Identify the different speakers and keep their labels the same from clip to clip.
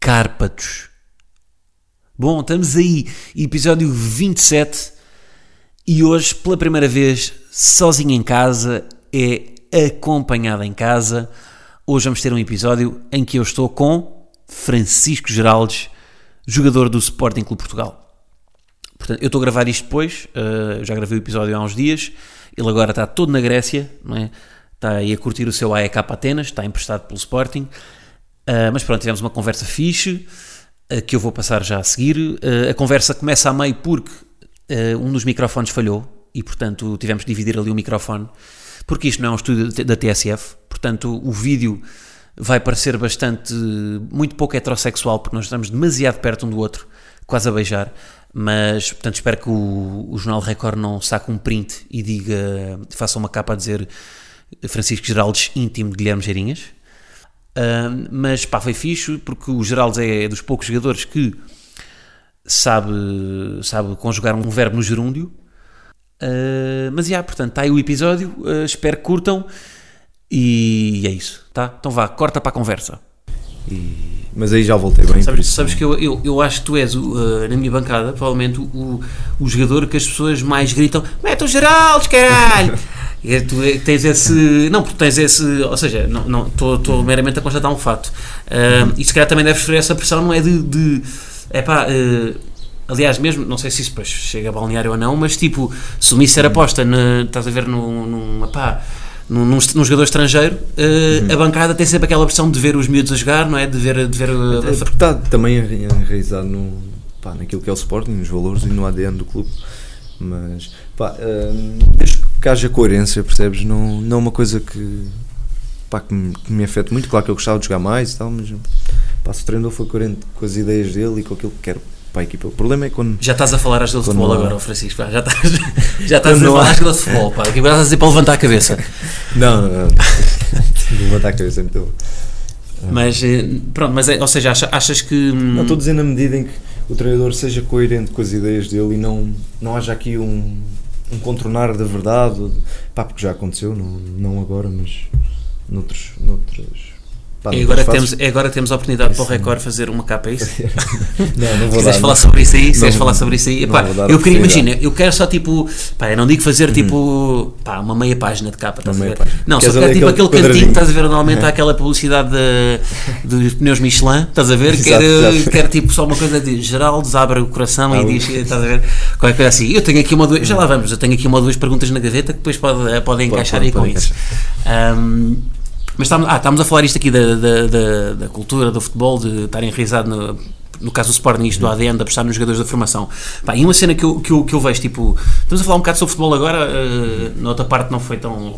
Speaker 1: Cárpatos. Bom, estamos aí, episódio 27 e hoje, pela primeira vez, sozinho em casa, é acompanhado em casa. Hoje vamos ter um episódio em que eu estou com Francisco Geraldes, jogador do Sporting Clube Portugal. Portanto, eu estou a gravar isto depois, eh, eu já gravei o episódio há uns dias, ele agora está todo na Grécia, não é? está aí a curtir o seu AEK Atenas, está emprestado pelo Sporting, Uh, mas pronto, tivemos uma conversa fixe, uh, que eu vou passar já a seguir. Uh, a conversa começa a meio porque uh, um dos microfones falhou e, portanto, tivemos de dividir ali o microfone, porque isto não é um estúdio da TSF, portanto, o vídeo vai parecer bastante, muito pouco heterossexual, porque nós estamos demasiado perto um do outro, quase a beijar. Mas, portanto, espero que o, o Jornal Record não saque um print e diga, faça uma capa a dizer Francisco Geraldes, íntimo de Guilherme Geirinhas. Um, mas pá, foi fixe porque o Geraldes é dos poucos jogadores que sabe, sabe conjugar um verbo no gerúndio. Uh, mas já, portanto, está aí o episódio. uh, espero que curtam. E é isso, tá? Então vá, corta para a conversa.
Speaker 2: E- Mas aí já voltei bem. por
Speaker 1: Sabes,
Speaker 2: isso-
Speaker 1: sabes que eu, eu, eu acho que tu és, o, uh, na minha bancada, provavelmente o, o, o jogador que as pessoas mais gritam: Mete o Geraldes, caralho! E tu é- tens esse. Não, porque tens esse. Ou seja, estou não, tô- tô meramente a constatar um fato. Uh, e se calhar também deves sofrer essa pressão, não é de. de é pá. aliás, mesmo, não sei se isso depois chega a balneário ou não, mas tipo, se o Mister aposta, na, estás a ver num. num epá, num, num, est- num jogador estrangeiro, uh, a bancada tem sempre aquela pressão de ver os miúdos a jogar, não é? De ver, de ver uh,
Speaker 2: É porque está também enra- enraizado no, pá, naquilo que é o Sporting, nos valores e no ADN do clube. Mas, pá, hum, desde que haja coerência, percebes? Não, não é uma coisa que, pá, que, me, que me afeta muito. Claro que eu gostava de jogar mais e tal, mas pá, se o treinador foi coerente com as ideias dele e com aquilo que quero para a equipa. O problema é quando.
Speaker 1: Já estás a falar às de
Speaker 2: Quando
Speaker 1: futebol
Speaker 2: não há-
Speaker 1: agora, ó Francisco. pá, Já estás, já estás a
Speaker 2: não há- É.
Speaker 1: falar às de futebol, pá. Que agora estás a dizer para levantar a cabeça.
Speaker 2: Não, não, não. Vou levantar a cabeça, é muito bom.
Speaker 1: Mas eh, pronto, mas é- ou seja, acha- achas que. hum,
Speaker 2: Não estou dizendo na medida em que o treinador seja coerente com as ideias dele e não, não haja aqui um, um contornar da verdade, ou de- pá, porque já aconteceu, não, não agora, mas noutros. noutros pá,
Speaker 1: é
Speaker 2: noutras
Speaker 1: agora, que
Speaker 2: fases.
Speaker 1: temos, é agora que temos a oportunidade para o
Speaker 2: Isso.
Speaker 1: Record fazer uma capa, é isso? Se
Speaker 2: Não, não vou
Speaker 1: quiseres
Speaker 2: dar,
Speaker 1: falar
Speaker 2: não.
Speaker 1: sobre isso aí, se
Speaker 2: Não
Speaker 1: quiseres
Speaker 2: vou-
Speaker 1: falar sobre isso aí,
Speaker 2: não
Speaker 1: pá,
Speaker 2: vou dar
Speaker 1: eu queria,
Speaker 2: oportunidade.
Speaker 1: imagina, eu quero só tipo, pá, eu não digo fazer tipo, pá, uma meia página de capa, estás a
Speaker 2: Hum. meia
Speaker 1: ver?
Speaker 2: página.
Speaker 1: Não,
Speaker 2: Queres
Speaker 1: só quero
Speaker 2: ali
Speaker 1: tipo
Speaker 2: aquele
Speaker 1: aquele cantinho que
Speaker 2: quadradinho.
Speaker 1: estás a ver normalmente, há aquela publicidade de- dos pneus Michelin, estás a ver?
Speaker 2: Exato,
Speaker 1: quero,
Speaker 2: exato. um
Speaker 1: quero tipo só uma coisa de Geraldo abre o coração e
Speaker 2: Abre.
Speaker 1: diz, estás a ver? Qualquer coisa assim. Eu tenho aqui uma ou duas, já lá vamos, eu tenho aqui uma ou duas perguntas na gaveta que depois pode- eh, podem encaixar
Speaker 2: Hum. pode-
Speaker 1: aí com
Speaker 2: pode
Speaker 1: isso. Ahm, mas estamos, ah, estamos a falar isto aqui da, da, da- da cultura, do futebol, de estar enraizado no, no caso do Sporting, isto do ADN, de apostar nos jogadores da formação. Pá, e uma cena que eu, que, eu, que eu vejo, tipo, estamos a falar um bocado sobre futebol agora, eh, na outra parte não foi tão.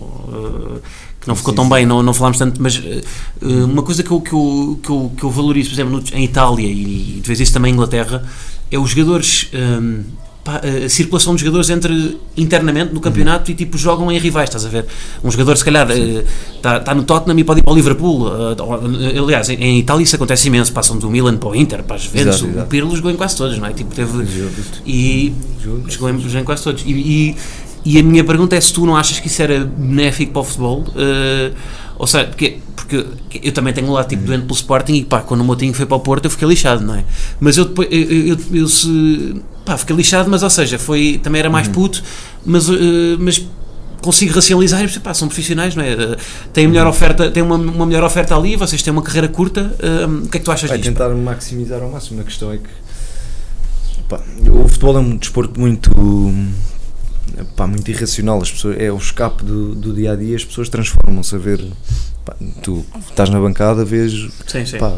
Speaker 1: eh, que não ficou tão bem, não, não falámos tanto, mas eh, eh, uma coisa que eu, que, eu, que, eu, que eu valorizo, por exemplo, no- em Itália e, de vez isso também em Inglaterra, é os jogadores. ehm, pá, a circulação de jogadores entre internamente no campeonato e tipo jogam em rivais, estás a ver? Um jogador se calhar está no Tottenham e pode ir para o Liverpool. eh, ou- eh, aliás, em, em Itália isso acontece imenso, passam do Milan para o Inter, para as Juventus,
Speaker 2: Exato,
Speaker 1: o- o
Speaker 2: exato.
Speaker 1: Pirlo jogou em quase todos, não é? Tipo, teve
Speaker 2: Justo.
Speaker 1: e
Speaker 2: Justo.
Speaker 1: jogou em, jogou em quase todos. E, e, e a minha pergunta é se tu não achas que isso era benéfico para o futebol? Eh, ou seja, porque, porque eu também tenho um lado tipo doente pelo Sporting e pá, quando o Motinho foi para o Porto eu fiquei lixado, não é? Mas eu depois, eu, eu- eu- eu se, pá, fiquei lixado, mas ou seja, foi, também era mais
Speaker 2: Uhum.
Speaker 1: puto, mas, eh, mas consigo racionalizar e perceber, pá, são profissionais, não é? Eh, Têm melhor
Speaker 2: Uhum.
Speaker 1: oferta, têm uma, uma melhor oferta ali, vocês têm uma carreira curta, eh, o que é que tu achas
Speaker 2: Vai
Speaker 1: disso?
Speaker 2: tentar maximizar ao máximo. A questão é que pá, o futebol é um desporto muito, pá, muito irracional. As pessoas, é o escape do, do dia a dia. As pessoas transformam-se a ver. pá, tu estás na bancada, vês
Speaker 1: Sim, sim.
Speaker 2: pá,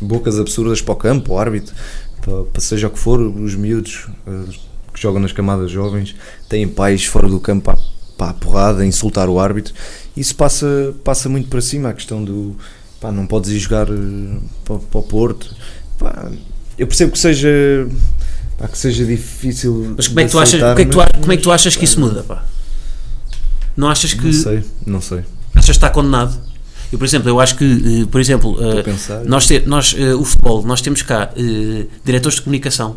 Speaker 2: bocas absurdas para o campo, o árbitro, para, para seja o que for, os miúdos eh, que jogam nas camadas jovens têm pais fora do campo à, pá, à porrada, a insultar o árbitro. Isso passa, passa muito para cima a questão do pá, não podes ir jogar eh, para, para o Porto. Pá, eu percebo que seja, pá, que seja difícil.
Speaker 1: Mas como é que
Speaker 2: de
Speaker 1: tu achas,
Speaker 2: aceitar,
Speaker 1: o que é que tu,
Speaker 2: mas-
Speaker 1: a- como é que tu achas que isso muda, pá? Não achas que
Speaker 2: Não sei, não sei.
Speaker 1: achas que está condenado? Eu, por exemplo, eu acho que, eh, por exemplo,
Speaker 2: Estou
Speaker 1: eh,
Speaker 2: a pensar.
Speaker 1: nós, te- nós eh, o futebol, nós temos cá eh, diretores de comunicação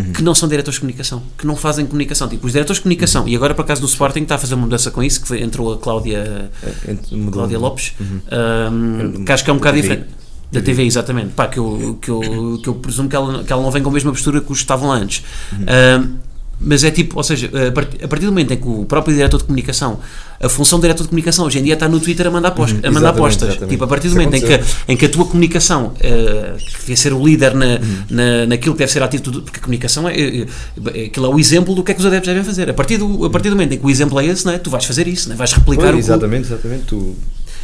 Speaker 2: Uhum.
Speaker 1: que não são diretores de comunicação, que não fazem comunicação. Tipo, os diretores de comunicação, e agora por acaso no Sporting está a fazer uma mudança com isso, que foi- entrou a Cláudia,
Speaker 2: É, é- mudou.
Speaker 1: Cláudia Lopes, ahm, que acho que é um
Speaker 2: Uhum. Da
Speaker 1: bocado
Speaker 2: TV.
Speaker 1: diferente. Da TV, exatamente. Pá, que, eu, que, eu, que eu presumo que ela, que ela não vem com a mesma postura que os que estavam lá antes.
Speaker 2: Uhum.
Speaker 1: Ahm, mas é tipo, ou seja, a part- a partir do momento em que o próprio diretor de comunicação, a função do diretor de comunicação hoje em dia está no Twitter a mandar, pos- a mandar
Speaker 2: Uhum. exatamente,
Speaker 1: postas.
Speaker 2: exatamente.
Speaker 1: Tipo, a partir do
Speaker 2: Isso
Speaker 1: momento em que,
Speaker 2: aconteceu.
Speaker 1: em que a tua comunicação, eh, que devia ser o líder na,
Speaker 2: Uhum.
Speaker 1: na, naquilo que deve ser a atitude, porque a comunicação é, é, é- aquilo é o exemplo do que é que os adeptos devem fazer. A partir do, a partir do momento em que o exemplo é esse, não é? tu vais fazer isso, não é? vais
Speaker 2: Pois,
Speaker 1: replicar o que o,
Speaker 2: exatamente, exatamente. Tu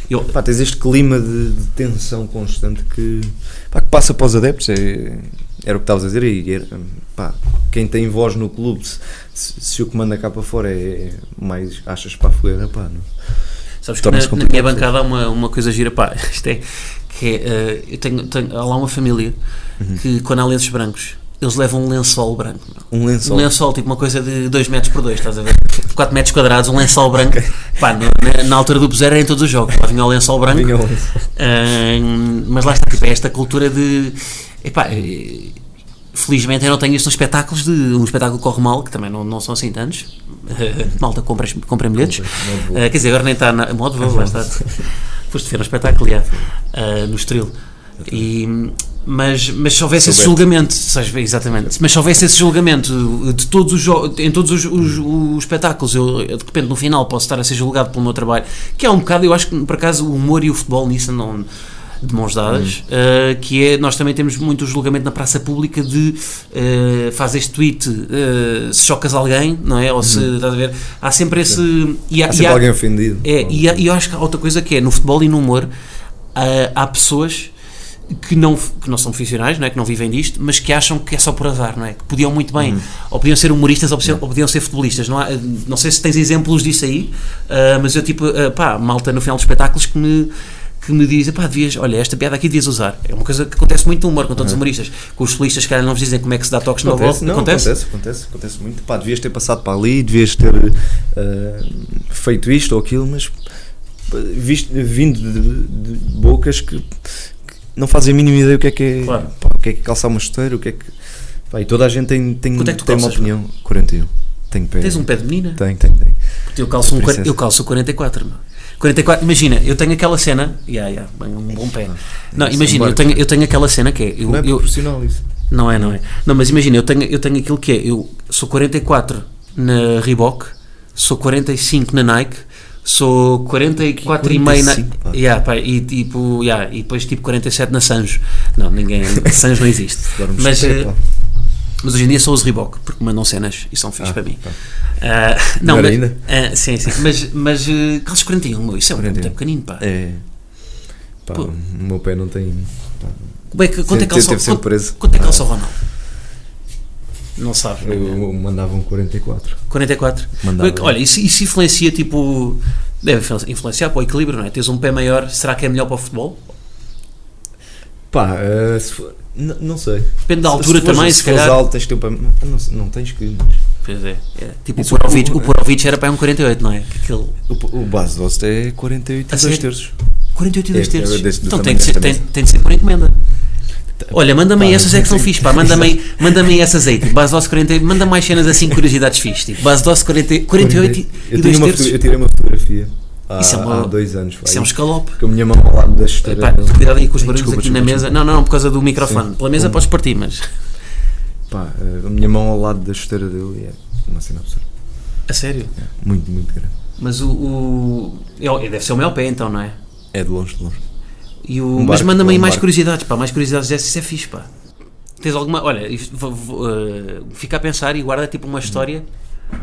Speaker 1: Eu-
Speaker 2: pá, tens este clima de, de tensão constante que, pá, que passa para os adeptos. É, era o que estavas a dizer. E, era, pá, quem tem voz no clube, se, se- se o que manda cá para fora é, é mais achas para a fogueira, pá, não.
Speaker 1: Sabes que na,
Speaker 2: Torna-se
Speaker 1: na minha
Speaker 2: complicado,
Speaker 1: bancada há uma, uma coisa gira, pá, isto é, que é, eh, eu tenho, tenho- há lá uma família
Speaker 2: Uhum.
Speaker 1: que quando há lenços brancos, eles levam um lençol branco, meu.
Speaker 2: um lençol.
Speaker 1: um lençol tipo uma coisa de 2 metros por 2, estás a ver? 4 metros quadrados, um lençol branco, pá, na, na- na altura do Puser era em todos os jogos, lá vinha o lençol branco,
Speaker 2: Vinha um lençol.
Speaker 1: Ahn, mas lá está, tipo, é esta cultura de. Epá, eh, felizmente eu não tenho isso nos espetáculos. De, um espetáculo corre mal, que também não, não são assim tantos. Eh, malta, compra, compra bilhetes.
Speaker 2: Compra, modo voo.
Speaker 1: Eh, quer dizer, agora nem está na modo voo, lá está. Foste ver um espetáculo, já, ah, no Estrelo. E, mas, mas se houvesse esse
Speaker 2: Soubesse.
Speaker 1: julgamento, sabes, bem, exatamente, mas se houvesse esse julgamento de todos os jo- em todos os, os- os espetáculos, eu eu, de repente no final posso estar a ser julgado pelo meu trabalho, que é um bocado, eu acho que por acaso o humor e o futebol nisso não de mãos dadas,
Speaker 2: Uhum.
Speaker 1: eh, que é nós também temos muito o julgamento na praça pública de eh, faz este tweet eh, se chocas alguém, não é? Ou se estás a ver, há sempre esse e há-
Speaker 2: Uhum.
Speaker 1: e
Speaker 2: Há sempre
Speaker 1: há-
Speaker 2: alguém ofendido.
Speaker 1: é, e, há- e eu acho que há outra coisa que é, no futebol e no humor, há, há pessoas que não, f- que não são profissionais, não é? que não vivem disto, mas que acham que é só por azar, não é? Que podiam muito bem,
Speaker 2: Uhum.
Speaker 1: ou podiam ser humoristas ou, podiam- ou podiam ser futebolistas. Não, há- não sei se tens exemplos disso aí, ah, mas eu tipo, ah, pá, malta no final dos espetáculos que me que me diz, pá, devias, olha, esta piada aqui devias usar. É uma coisa que acontece muito no humor com todos os humoristas, com os solistas, se calhar não vos dizem como é que se dá toques na
Speaker 2: Uhum. Acontece,
Speaker 1: bola.
Speaker 2: não, acontece? acontece, acontece, muito. Pá, devias ter passado para ali, devias ter eh, feito isto ou aquilo, mas pá, visto- vindo de, de bocas que, que não fazem a mínima ideia o que é que é,
Speaker 1: Claro.
Speaker 2: pá, o que é que é calçar uma esteira, o que é que. Pá, e toda a gente tem, tem,
Speaker 1: Quanto é que tu
Speaker 2: tem uma
Speaker 1: calças,
Speaker 2: opinião. 41. Tenho pé.
Speaker 1: Tens um pé de menina?
Speaker 2: Tenho, tenho, tenho.
Speaker 1: Eu calço, um,
Speaker 2: Princesa.
Speaker 1: 40 eu calço 44, meu. 44, imagina, eu tenho aquela cena. Yeah, yeah, bem, um bom pé. Não,
Speaker 2: Isso, é
Speaker 1: imagina, eu
Speaker 2: embora.
Speaker 1: tenho, eu tenho aquela cena que é. Eu,
Speaker 2: Não é
Speaker 1: eu-
Speaker 2: profissional isso.
Speaker 1: não é, não é. Não, mas imagina, eu tenho, eu tenho aquilo que é. Eu sou 44 na Reebok, sou 45 na Nike, sou 44 e meio na.
Speaker 2: 45, pá.
Speaker 1: Yeah, pá, e tipo, yeah, e depois tipo 47 na Sanjo. Não, ninguém. Sanjo não existe.
Speaker 2: Dormes
Speaker 1: Mas, eh,
Speaker 2: pé, um pá.
Speaker 1: mas hoje em dia sou os Reebok, porque mandam cenas e são fixe
Speaker 2: Ah,
Speaker 1: para mim.
Speaker 2: tá.
Speaker 1: Ah, não,
Speaker 2: Melhor
Speaker 1: mas,
Speaker 2: ainda.
Speaker 1: ah, sim, sim. Mas, mas ah, calças 41, meu, isso é um
Speaker 2: 41.
Speaker 1: muito pequenino, pá.
Speaker 2: É. Pá,
Speaker 1: Pô.
Speaker 2: o meu pé não tem. pá,
Speaker 1: Como é que, quanto é que
Speaker 2: sempre-
Speaker 1: calça
Speaker 2: teve sempre
Speaker 1: quanto,
Speaker 2: preso.
Speaker 1: quanto é que calça o Ronaldo? Não sabes, não é?
Speaker 2: Eu mandava um 44.
Speaker 1: 44.
Speaker 2: Mandava.
Speaker 1: Olha, isso, isso influencia, tipo, deve influenciar para o equilíbrio, não é? Tens um pé maior, será que é melhor para o futebol?
Speaker 2: Pá, eh, se for- n- não sei.
Speaker 1: Depende da
Speaker 2: Se-
Speaker 1: altura
Speaker 2: fores-
Speaker 1: também, se,
Speaker 2: fores
Speaker 1: calhar.
Speaker 2: alto, tens tempo a- não, não tens que.
Speaker 1: Pois é. é. Tipo, o
Speaker 2: Isso
Speaker 1: Porovic,
Speaker 2: o-
Speaker 1: o Porovic era para um 48, não é? Que Aquele
Speaker 2: O, p- o base do Oste é 48
Speaker 1: A
Speaker 2: e dois
Speaker 1: sério?
Speaker 2: terços.
Speaker 1: 48 e 2
Speaker 2: É, é
Speaker 1: terços.
Speaker 2: desse- do
Speaker 1: Então tem
Speaker 2: tamanho
Speaker 1: que, ser,
Speaker 2: desta
Speaker 1: tem,
Speaker 2: mesa. Tá
Speaker 1: tem de ser por encomenda. Olha, manda-me
Speaker 2: Pá,
Speaker 1: essas é que são
Speaker 2: sim.
Speaker 1: fixe, pá, manda-me aí- manda-me essas aí, tipo, base dose 40, manda mais cenas assim, curiosidades fixe, tipo, base dose 40, 48 e-
Speaker 2: eu,
Speaker 1: e
Speaker 2: tenho
Speaker 1: 2
Speaker 2: uma foto-
Speaker 1: terços.
Speaker 2: eu tirei uma fotografia há,
Speaker 1: Isso é uma-
Speaker 2: há dois anos.
Speaker 1: Isso é um escalope.
Speaker 2: Com a minha mão ao lado da esteira.
Speaker 1: Epá, cuidado aí com os barulhos
Speaker 2: Ai, desculpa,
Speaker 1: aqui
Speaker 2: desculpa,
Speaker 1: na mesa. Não, não, por causa do microfone.
Speaker 2: Sim.
Speaker 1: Pela mesa
Speaker 2: Como-
Speaker 1: podes partir, mas.
Speaker 2: desculpa. Pá, eh, a minha mão ao lado da esteira dele é uma cena absurda.
Speaker 1: A
Speaker 2: É.
Speaker 1: sério?
Speaker 2: Muito, muito grande.
Speaker 1: Mas o. o- é o- deve ser o meu pé então, não é?
Speaker 2: É de longe, de longe.
Speaker 1: E o,
Speaker 2: Um
Speaker 1: mas
Speaker 2: barco,
Speaker 1: manda-me aí
Speaker 2: um
Speaker 1: mais
Speaker 2: barco.
Speaker 1: curiosidades, pá, mais curiosidades dessas, isso é fixe, pá. Tens alguma. Olha, isto, vou- vou, eh, fica a pensar e guarda tipo
Speaker 2: Uhum.
Speaker 1: uma história.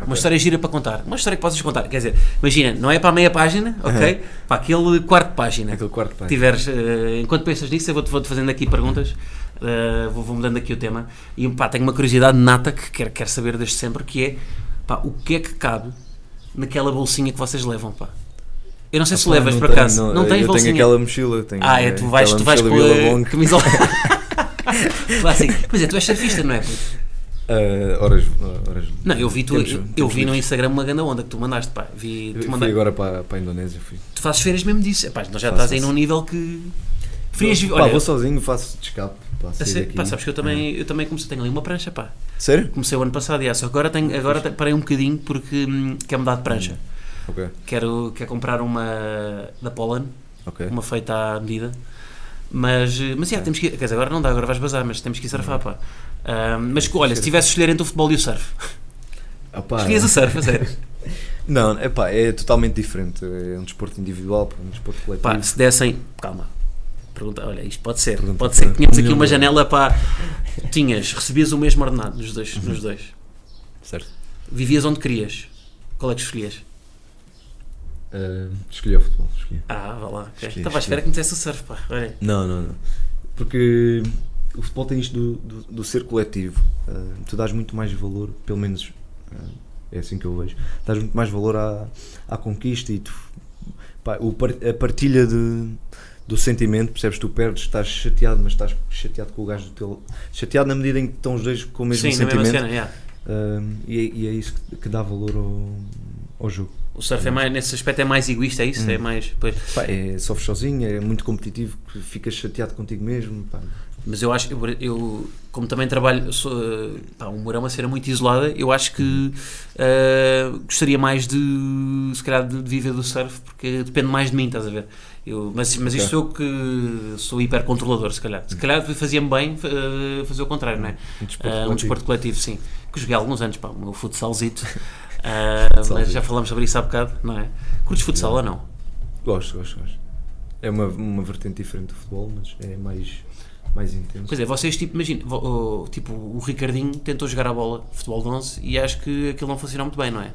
Speaker 1: Uma história gira para contar. Uma história que possas contar. Quer dizer, imagina, não é para a meia página, ok? Para aquele quarto de página.
Speaker 2: Aquele quarto pá.
Speaker 1: tiveres, eh, enquanto pensas nisso, eu vou-te vou-te fazendo aqui perguntas, eh, vou, vou mudando aqui o tema, e pá, tenho uma curiosidade nata que quero, quero saber desde sempre, que é, pá, o que é que cabe naquela bolsinha que vocês levam, pá? Eu não sei se
Speaker 2: Ah, Pá,
Speaker 1: levas
Speaker 2: não
Speaker 1: para
Speaker 2: tenho,
Speaker 1: casa. Não, tens
Speaker 2: eu
Speaker 1: bolsinha.
Speaker 2: tenho aquela mochila. Tenho
Speaker 1: Ah, é, tu vais,
Speaker 2: aquela
Speaker 1: tu vais com
Speaker 2: mochila Vila
Speaker 1: a
Speaker 2: Longa.
Speaker 1: camisola. Clássico. Pois é, tu és surfista, não é? puto?
Speaker 2: Ah, horas, horas.
Speaker 1: Não, eu vi, tu,
Speaker 2: Temos-
Speaker 1: eu, eu
Speaker 2: temos
Speaker 1: vi no
Speaker 2: livros.
Speaker 1: Instagram uma grande onda que tu mandaste, pá. Vi, tu,
Speaker 2: Fui
Speaker 1: manda-
Speaker 2: agora para, para a Indonésia. Fui.
Speaker 1: tu fazes férias mesmo disso. Epá, então já
Speaker 2: Faço,
Speaker 1: estás aí
Speaker 2: faço.
Speaker 1: num nível que. Frias,
Speaker 2: Pá,
Speaker 1: olha,
Speaker 2: vou sozinho, faço de escape. Pá,
Speaker 1: a
Speaker 2: sair
Speaker 1: sério,
Speaker 2: daqui. É.
Speaker 1: pá, sabes que eu também, eu também comecei, tenho ali uma prancha, pá.
Speaker 2: Sério?
Speaker 1: Comecei o ano passado, e só que agora, tenho, agora te- parei um bocadinho porque hum, quero mudar de prancha.
Speaker 2: Ok,
Speaker 1: Quero, quero comprar uma da Pollen,
Speaker 2: ok.
Speaker 1: uma feita à medida. Mas, eh,
Speaker 2: É.
Speaker 1: mas yeah, temos que, quer dizer, agora não dá, agora vais bazar, mas temos que ir surfar,
Speaker 2: Uhum.
Speaker 1: pá. Ah, mas olha, se tivesse de escolher entre o futebol e o surf,
Speaker 2: Ah, pá,
Speaker 1: escolhias o surf, a sério.
Speaker 2: Não, é pá, é totalmente diferente. É um desporto individual, pá, um desporto coletivo.
Speaker 1: Pá, se dessem. Calma. Pergunta, olha, isto pode ser.
Speaker 2: Pergunta,
Speaker 1: pode ser que
Speaker 2: pergunta.
Speaker 1: tínhamos aqui uma
Speaker 2: Melhor.
Speaker 1: janela para. Tinhas, recebias o mesmo ordenado nos dois,
Speaker 2: Uhum.
Speaker 1: nos dois.
Speaker 2: Certo.
Speaker 1: Vivias onde querias. Qual é que escolhias?
Speaker 2: Ah, escolhi o futebol. Escolhi.
Speaker 1: Ah, vá lá. ok.
Speaker 2: Escolhi,
Speaker 1: Estava à espera que me dissesse o surf, pá. Olha.
Speaker 2: Não, não, não. Porque o futebol tem isto do, do, do ser coletivo. Ah, tu dás muito mais valor, pelo menos ah, é assim que eu vejo, dás muito mais valor à, à conquista e tu, pá, o par- a partilha de, do sentimento, percebes? Tu perdes, estás chateado, mas estás chateado com o gajo do teu. Chateado na medida em que estão os dois com o mesmo
Speaker 1: Sim, na mesma
Speaker 2: sentimento.
Speaker 1: cena, yeah.
Speaker 2: Ah, e, é- e é isso que, que dá valor ao, ao jogo.
Speaker 1: O surf é
Speaker 2: Uhum.
Speaker 1: mais, nesse aspecto é mais egoísta, é isso? É mais. Pois.
Speaker 2: Pá, é, sofres sozinho, é muito competitivo, ficas chateado contigo mesmo. pá.
Speaker 1: Mas eu acho, eu, eu, como também trabalho, eu sou, eh, pá, o humor é uma cena muito isolada, eu acho que eh, gostaria mais de, se calhar, de de viver do surf, porque depende mais de mim, estás a ver? Eu, mas, mas isto
Speaker 2: Ok.
Speaker 1: sou eu que sou hipercontrolador, se calhar. Se calhar fazia-me bem eh, fazer o contrário, não é?
Speaker 2: Um desporto
Speaker 1: Eh, um
Speaker 2: coletivo.
Speaker 1: desporto coletivo, sim. Que joguei há alguns anos, pá, o meu futsalzito. Eh, mas
Speaker 2: Futsalzito.
Speaker 1: já falámos sobre isso há bocado, não é? Curtes futsal ou não?
Speaker 2: Gosto, gosto, gosto. É uma, uma vertente diferente do futebol, mas é mais, mais intenso.
Speaker 1: Pois é, vocês, tipo, imagina, vo- o- tipo, o Ricardinho tentou jogar a bola, futebol de 11, e acho que aquilo não funcionou muito bem, não é?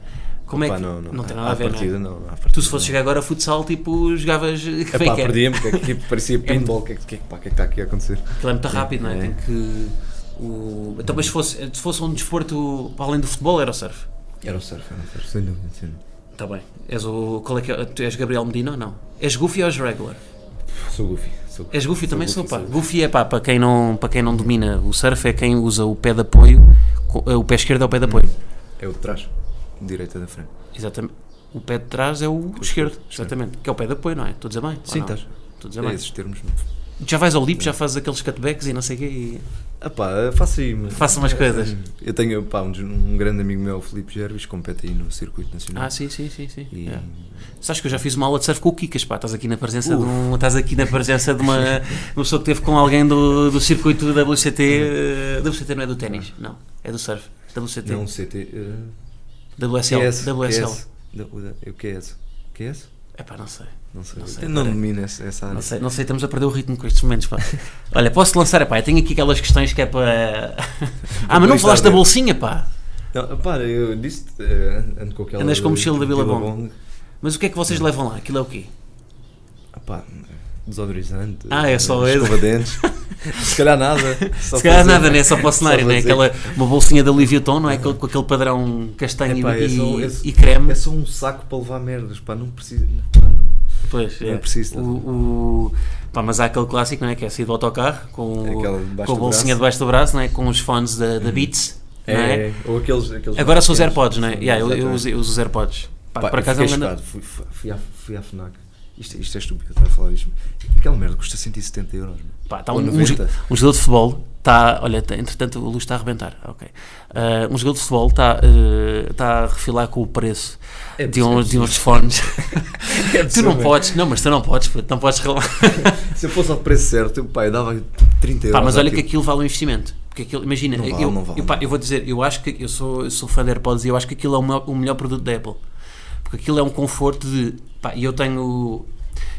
Speaker 1: Como é
Speaker 2: Pá,
Speaker 1: que.
Speaker 2: não, não,
Speaker 1: tem
Speaker 2: à-
Speaker 1: nada a,
Speaker 2: à
Speaker 1: ver,
Speaker 2: partida,
Speaker 1: não é?
Speaker 2: não. à
Speaker 1: Tu,
Speaker 2: partida,
Speaker 1: se fosses
Speaker 2: não.
Speaker 1: jogar agora a futsal, tipo, jogavas. Que
Speaker 2: É
Speaker 1: bem
Speaker 2: pá,
Speaker 1: que é.
Speaker 2: perdi-me, porque aqui parecia pinball. O que, é que, que, é que- pá, o que é que está aqui a acontecer?
Speaker 1: Aquilo é muito rápido, não é?
Speaker 2: É.
Speaker 1: Tem que. O... Então, mas se fosse, se fosse um desporto para além do futebol, era o surf.
Speaker 2: Era o surf, era o surf, sem dúvida. Sem dúvida.
Speaker 1: Está bem. És o. Qual é que é? Tu és Gabriel Medina ou não? És Goofy ou és regular?
Speaker 2: Sou goofy. Sou
Speaker 1: És Goofy também sou, pá.
Speaker 2: goofy.
Speaker 1: Goofy é pá, para quem, não, para quem não domina o surf, é quem usa o pé de apoio, co- o pé esquerdo é o pé de apoio.
Speaker 2: É o de trás, direita da frente.
Speaker 1: Exatamente. O pé de trás é o esquerdo, exatamente. Que é o pé de apoio, não é? Estou a dizer bem?
Speaker 2: Sim,
Speaker 1: Ou não?
Speaker 2: estás.
Speaker 1: Estou a dizer
Speaker 2: É
Speaker 1: bem.
Speaker 2: esses termos.
Speaker 1: Já vais ao LIP, já fazes aqueles cutbacks e não sei o quê e
Speaker 2: Ah pá, faço aí. mas- é,
Speaker 1: faço umas coisas.
Speaker 2: Eu tenho pá, um, dos- um grande amigo meu, o Filipe Gervis, compete aí no circuito nacional.
Speaker 1: Ah, sim, sim, sim, sim.
Speaker 2: E-
Speaker 1: Yeah. Sabes que eu já fiz uma aula de surf com o Kikas, pá, estás aqui na presença de um, estás aqui na presença de uma, uma pessoa que teve com alguém do, do circuito WCT, eh, WCT não é do ténis, não, é do surf, WCT,
Speaker 2: Não, CT. eh,
Speaker 1: WSL,
Speaker 2: QS,
Speaker 1: WSL,
Speaker 2: QS. Da- da- O que é esse? O que é esse?
Speaker 1: epá, não sei.
Speaker 2: Não sei.
Speaker 1: Não
Speaker 2: Não,
Speaker 1: sei,
Speaker 2: não
Speaker 1: peraí.
Speaker 2: domino essa, essa área.
Speaker 1: Não sei, não sei, estamos a perder o ritmo com estes momentos, pá. Olha, posso lançar, pá, eu tenho aqui aquelas questões que é para... ah, mas não
Speaker 2: Vou
Speaker 1: falaste
Speaker 2: estar
Speaker 1: da
Speaker 2: bem.
Speaker 1: bolsinha, pá.
Speaker 2: Não, para, eu disse-te. eh, ando com aquela.
Speaker 1: Andas com a mochila da Billabong.
Speaker 2: Billabong.
Speaker 1: Mas o que é que vocês levam lá? Aquilo é o quê?
Speaker 2: Ah, pá, desodorizante.
Speaker 1: Ah, é só
Speaker 2: eh,
Speaker 1: esse.
Speaker 2: Escova de dentes. Se calhar nada. só
Speaker 1: Se calhar
Speaker 2: fazer-
Speaker 1: nada, né? Só para o cenário,
Speaker 2: só
Speaker 1: né?
Speaker 2: fazer.
Speaker 1: Aquela, uma bolsinha da Louis Vuitton, não é? Com, com aquele padrão castanho
Speaker 2: É pá,
Speaker 1: e,
Speaker 2: é só- é só-
Speaker 1: e creme.
Speaker 2: É só um saco para levar merdas, pá, não precisa. pá, não.
Speaker 1: pois,
Speaker 2: não é preciso.
Speaker 1: O, o- pá, mas há aquele clássico, não é? Que é sair do autocarro com,
Speaker 2: Aquela
Speaker 1: o-
Speaker 2: É debaixo
Speaker 1: com a bolsinha
Speaker 2: do braço. Uhum.
Speaker 1: debaixo do braço, não é? Com os fones da, da Beats, não é?
Speaker 2: É, ou aqueles. aqueles
Speaker 1: Agora são os
Speaker 2: pequenos.
Speaker 1: AirPods, não é?
Speaker 2: Sim,
Speaker 1: Yeah, eu, eu
Speaker 2: exatamente.
Speaker 1: uso, eu uso os AirPods. Pá,
Speaker 2: Pá,
Speaker 1: por
Speaker 2: eu
Speaker 1: acaso é um
Speaker 2: fiquei
Speaker 1: grande...
Speaker 2: chocado. Fui, fui, fui, à, fui à FNAC. Isto, isto é estúpido, estar a falar isto. Aquela merda custa 170 euros. meu.
Speaker 1: Pá, tá
Speaker 2: Ou
Speaker 1: um, um,
Speaker 2: 90.
Speaker 1: jo- um jogador de futebol está. Olha, tá- entretanto, a luz está a arrebentar. Ok. Ah, um jogador de futebol está tá a refilar com o preço
Speaker 2: É
Speaker 1: de, uns, de
Speaker 2: possível.
Speaker 1: uns fones.
Speaker 2: É
Speaker 1: tu não
Speaker 2: possível.
Speaker 1: podes, não, mas tu não podes, puto, não podes relar.
Speaker 2: Se eu fosse ao preço certo, pá, eu dava 30 euros.
Speaker 1: Pá, mas olha que
Speaker 2: àquilo.
Speaker 1: aquilo vale um investimento. Porque aquilo, imagina,
Speaker 2: tipo Não vale,
Speaker 1: eu,
Speaker 2: não vale,
Speaker 1: eu, pá,
Speaker 2: não
Speaker 1: eu vou dizer, eu acho que eu sou, eu sou fã da AirPods e eu acho que aquilo é o melhor, o melhor produto da Apple. Porque aquilo é um conforto de. Pá, e eu tenho.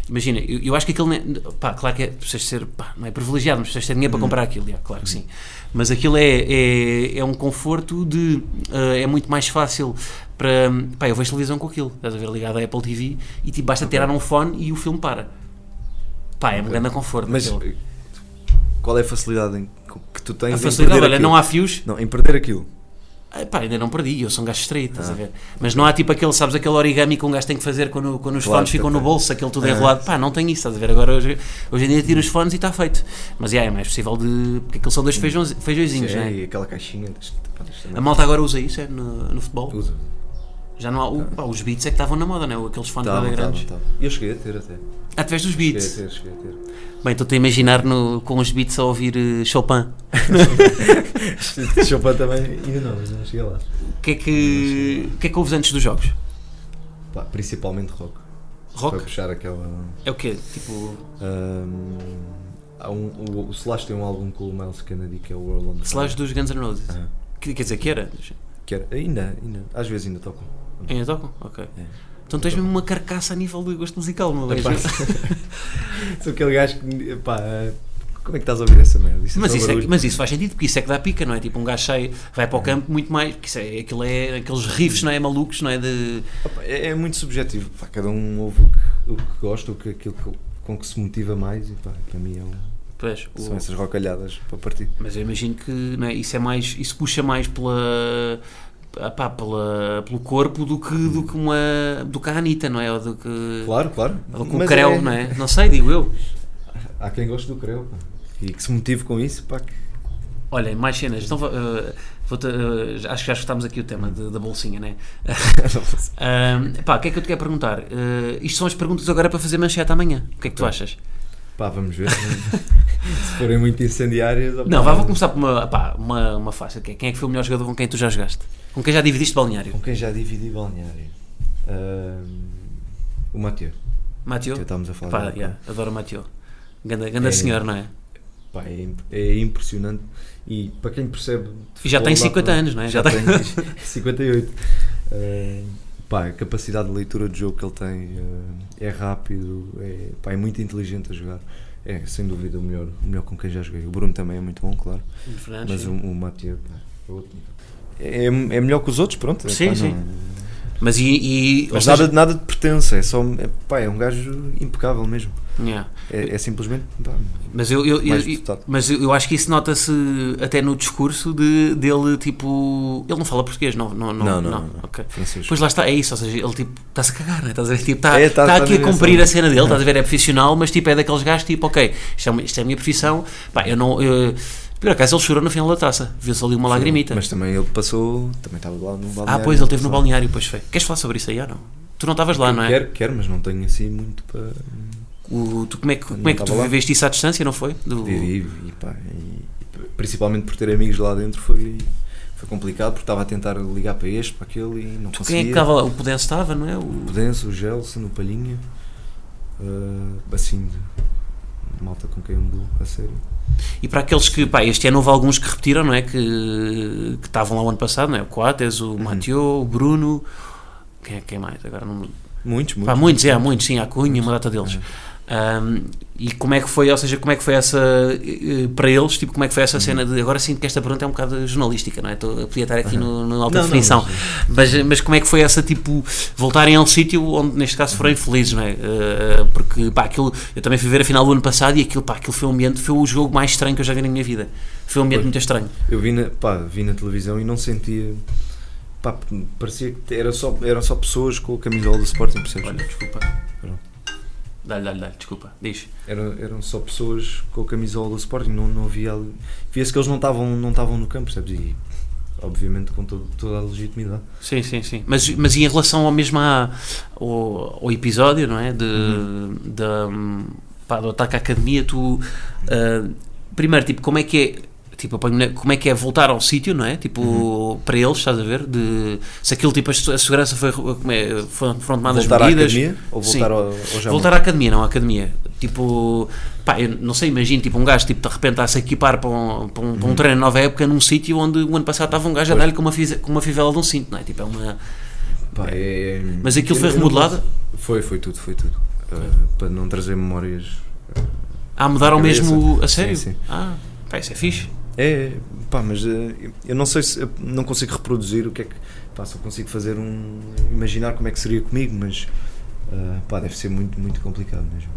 Speaker 1: Imagina, eu, eu acho que aquilo. não é- Pá, claro que é. Precisas ser. Pá, não é privilegiado, mas precisas ter
Speaker 2: Uhum.
Speaker 1: dinheiro para comprar aquilo, já, claro que sim. Mas aquilo é, é, é um conforto de. ah, é muito mais fácil para. Pá, eu vejo televisão com aquilo. Estás a ver ligado à Apple TV e tipo, basta tirar um fone e o filme para. Pá, é um grande conforto.
Speaker 2: Mas
Speaker 1: aquilo.
Speaker 2: eh, qual é a facilidade em- que tu tens
Speaker 1: A
Speaker 2: em
Speaker 1: facilidade,
Speaker 2: perder
Speaker 1: olha,
Speaker 2: aquilo?
Speaker 1: não há fios,
Speaker 2: Não, em perder aquilo.
Speaker 1: Ah, pá, ainda não perdi, eu sou um gajo estreito, estás a ver?
Speaker 2: Ah.
Speaker 1: Mas não há tipo aquele, sabes, aquele origami que um gajo tem que fazer quando, quando os
Speaker 2: Claro,
Speaker 1: fones ficam no
Speaker 2: também.
Speaker 1: bolso, aquele tudo
Speaker 2: Ah.
Speaker 1: enrolado. Pá, não tem isso, estás a ver? Agora hoje, hoje em dia tiro os fones e está feito. Mas yeah, é mais possível de. Porque aqueles são dois feijões, feijõezinhos, não
Speaker 2: É,
Speaker 1: é?
Speaker 2: e aquela caixinha. tens- pá, tens
Speaker 1: A
Speaker 2: também-
Speaker 1: é malta agora usa isso é, no, no futebol.
Speaker 2: Usa.
Speaker 1: Já não há. o- pá, os beats é que estavam na moda, não é? Aqueles fones
Speaker 2: Tá,
Speaker 1: nada
Speaker 2: tá,
Speaker 1: grandes. Ah,
Speaker 2: tá. Eu cheguei a ter até.
Speaker 1: Através dos
Speaker 2: Cheguei a
Speaker 1: beats.
Speaker 2: ter, cheguei a ter.
Speaker 1: Bem, estou-te a imaginar no, com os beats a ouvir eh, Chopin.
Speaker 2: Chopin também, ainda não, mas não cheguei lá.
Speaker 1: O que é que, o que, é que ouves antes dos jogos?
Speaker 2: Pá, principalmente rock. Para
Speaker 1: Rock?
Speaker 2: puxar aquela.
Speaker 1: É o quê? Tipo.
Speaker 2: Ahm, há um, o, o Slash tem um álbum com o Miles Kennedy que é o World on Fire.
Speaker 1: Slash dos Guns N' Roses.
Speaker 2: Ah,
Speaker 1: Que, quer dizer, que era?
Speaker 2: que era- ainda, ainda. Às vezes ainda tocam.
Speaker 1: Ainda tocam? Ok.
Speaker 2: É.
Speaker 1: Então tens mesmo uma carcaça a nível de gosto musical, meu
Speaker 2: Epá, é
Speaker 1: beijo.
Speaker 2: Sou aquele gajo que. Pá, como é que estás a ouvir essa merda? Isso
Speaker 1: Mas
Speaker 2: só
Speaker 1: isso, é, que-
Speaker 2: barulho.
Speaker 1: mas isso faz sentido, porque isso é que dá pica, não é? Tipo, um gajo sai, vai para o campo muito mais, porque isso é, aquilo é aqueles riffs, não é? Malucos, não é? De,
Speaker 2: Ah, pá, é, é muito subjetivo. Pá, cada um ouve o que, o que gosta, o que, aquilo que- com que se motiva mais. E pá, para mim é um,
Speaker 1: pois, o-
Speaker 2: são essas rocalhadas para partir.
Speaker 1: mas eu imagino que não é? isso é mais, isso puxa mais pela, ah pá, pela pelo corpo do que, do que uma, do que a Anitta, não é? Ou do que,
Speaker 2: Claro, claro.
Speaker 1: ou do que o
Speaker 2: Mas
Speaker 1: Creu, não é? Não sei, digo eu.
Speaker 2: Há quem goste do creu pá, e que se motive com isso. Pá, que-
Speaker 1: Olhem, mais cenas. Então, vou- eh, vou-te, eh, já- acho que já escutámos aqui o tema de- da bolsinha, né? é? pá, o que é que eu te quero perguntar? Eh, isto são as perguntas agora para fazer manchete amanhã. O que é que tu
Speaker 2: Tá.
Speaker 1: achas?
Speaker 2: Pá, vamos ver. se forem muito incendiárias. opá,
Speaker 1: Não, vá, vou começar por uma, pá, uma, uma fácil. que é, Quem é que foi o melhor jogador com quem tu já jogaste? Com quem já dividiste balneário?
Speaker 2: Com quem já dividi balneário? Ahm, o Mateu.
Speaker 1: Mateo?
Speaker 2: Já estávamos a falar.
Speaker 1: Pá,
Speaker 2: dele,
Speaker 1: yeah, adoro o Mateo. Ganda, ganda
Speaker 2: É.
Speaker 1: senhor, não é?
Speaker 2: Pá, é, imp- é impressionante. E para quem percebe. de
Speaker 1: E já
Speaker 2: futebol,
Speaker 1: tem
Speaker 2: dá
Speaker 1: 50
Speaker 2: para-
Speaker 1: anos, não é?
Speaker 2: Já,
Speaker 1: Já
Speaker 2: tem 58. Ahm, Eh, pá, a capacidade de leitura de jogo que ele tem ahm, é rápido, é, pá, é muito inteligente a jogar. É sem dúvida o melhor, o melhor com quem já joguei. O Bruno também é muito bom, claro.
Speaker 1: Fernandes,
Speaker 2: Mas
Speaker 1: Ah, sim.
Speaker 2: o, o Mateu pá, é outro nível. É, é- é melhor que os outros, pronto. é
Speaker 1: Sim,
Speaker 2: pá,
Speaker 1: sim.
Speaker 2: não-
Speaker 1: Mas e. e-
Speaker 2: Mas
Speaker 1: ou seja-
Speaker 2: nada, nada de pertença, é só. É, pá, é um gajo impecável mesmo.
Speaker 1: Yeah.
Speaker 2: É, é simplesmente. pá,
Speaker 1: Mas eu, eu, eu-
Speaker 2: Mais
Speaker 1: eu-
Speaker 2: deputado.
Speaker 1: mas eu eu acho que isso nota-se até no discurso de, dele, tipo. Ele não fala português, não? Não, não.
Speaker 2: Não, não,
Speaker 1: não.
Speaker 2: não.
Speaker 1: Ok.
Speaker 2: francês.
Speaker 1: Pois lá está, é isso, ou seja, ele tipo, está-se a cagar, né? estás a ver? Tipo, está,
Speaker 2: É,
Speaker 1: está,
Speaker 2: está- está
Speaker 1: aqui a
Speaker 2: na
Speaker 1: cumprir
Speaker 2: direção.
Speaker 1: a cena dele, estás a ver? É profissional, mas tipo, é daqueles gajos tipo, ok, isto é, uma- isto é a minha profissão, pá, eu não. eu- por acaso ele chorou no final da taça, viu-se ali uma lagrimita.
Speaker 2: Mas também ele passou. Também estava lá no balneário.
Speaker 1: ah, pois, ele esteve no
Speaker 2: Só-
Speaker 1: balneário, pois foi. Queres falar sobre isso aí ou não? Tu não estavas lá, não é?
Speaker 2: Quer, quer, mas não tenho assim muito para.
Speaker 1: O, tu, como é que, como
Speaker 2: Não
Speaker 1: é que tu
Speaker 2: estava lá.
Speaker 1: viveste isso à distância, não foi? Do-
Speaker 2: Vivi e pá. e- e principalmente por ter amigos lá dentro foi, foi complicado, porque estava a tentar ligar para este, para aquele e não
Speaker 1: tu, quem
Speaker 2: conseguia.
Speaker 1: é que estava lá? O Pudense estava, não é?
Speaker 2: O
Speaker 1: O,
Speaker 2: Pudense, o Gelson, o Palhinha. ah, assim, de malta com quem eu me dou, a sério.
Speaker 1: E para aqueles que, pá, este ano houve alguns que repetiram, não é? Que que estavam lá o ano passado, não é? O Coates, o Mateu, o Bruno, quem é quem mais? Agora não...
Speaker 2: Muitos, muitos.
Speaker 1: Pá, muitos, é, há muitos, sim, há Cunha, uma data deles.
Speaker 2: É.
Speaker 1: Ahm, e como é que foi, ou seja, como é que foi essa, eh, eh, para eles, tipo, como é que foi essa
Speaker 2: Uhum.
Speaker 1: cena de, agora sinto que esta pergunta é um bocado jornalística, não é? Estou- eu podia estar aqui no, no alta
Speaker 2: Uhum. Não, não,
Speaker 1: definição,
Speaker 2: mas-
Speaker 1: mas, mas como é que foi essa, tipo, voltarem a um sítio onde, neste caso, foram infelizes, não é? Eh, porque, pá, aquilo, eu também fui ver a final do ano passado e aquilo, pá, aquilo foi um ambiente, foi o jogo mais estranho que eu já vi na minha vida. Foi um ambiente
Speaker 2: Pois.
Speaker 1: muito estranho.
Speaker 2: Eu vi na, pá, vi na televisão e não sentia. Pá, parecia que era só, eram só pessoas com a camisola do Sporting, percebes?
Speaker 1: Olha, desculpa.
Speaker 2: Pronto.
Speaker 1: Dá-lhe, dá-lhe, dá-lhe, desculpa, diz.
Speaker 2: Eram, eram só pessoas com a camisola do Sporting, não, não havia ali. Via-se que eles não estavam não estavam no campo, percebes? E obviamente com todo- toda a legitimidade.
Speaker 1: Sim, sim, sim. Mas, mas e em relação ao mesmo à- ao, ao episódio, não é? De,
Speaker 2: Uhum.
Speaker 1: da, hum, pá, do ataque à academia, tu. ah, primeiro, tipo, como é que é. Tipo, apanho-me na- como é que é voltar ao sítio, não é? Tipo,
Speaker 2: Uhum.
Speaker 1: para eles, estás a ver? De, se aquilo, tipo, a se- a segurança foi, como é, foram, foram tomadas
Speaker 2: voltar
Speaker 1: medidas.
Speaker 2: à academia ou
Speaker 1: Sim.
Speaker 2: voltar ao, ao Jamor?
Speaker 1: Voltar à academia, não à academia. Tipo, pá, eu não sei, imagino tipo um gajo tipo, de repente a se equipar para um, para um, para um treino nova época num sítio onde o ano passado estava um gajo a
Speaker 2: Uhum. Pois.
Speaker 1: dar-lhe com uma, fise- com uma fivela de um cinto, não é? Tipo, é uma.
Speaker 2: Pá, é-
Speaker 1: Mas aquilo foi
Speaker 2: eu- eu não
Speaker 1: remodelado?
Speaker 2: posso- Foi, foi tudo, foi tudo. Uh, para não trazer memórias.
Speaker 1: Ah, mudaram
Speaker 2: Cabeça.
Speaker 1: mesmo. A sério?
Speaker 2: sim.
Speaker 1: Ah, pá, isso é fixe.
Speaker 2: É, pá, mas eh, eu- eu não sei se eu não consigo reproduzir o que é que. Pá, só consigo fazer um. imaginar como é que seria comigo, mas. ah, pá, deve ser muito, muito complicado mesmo.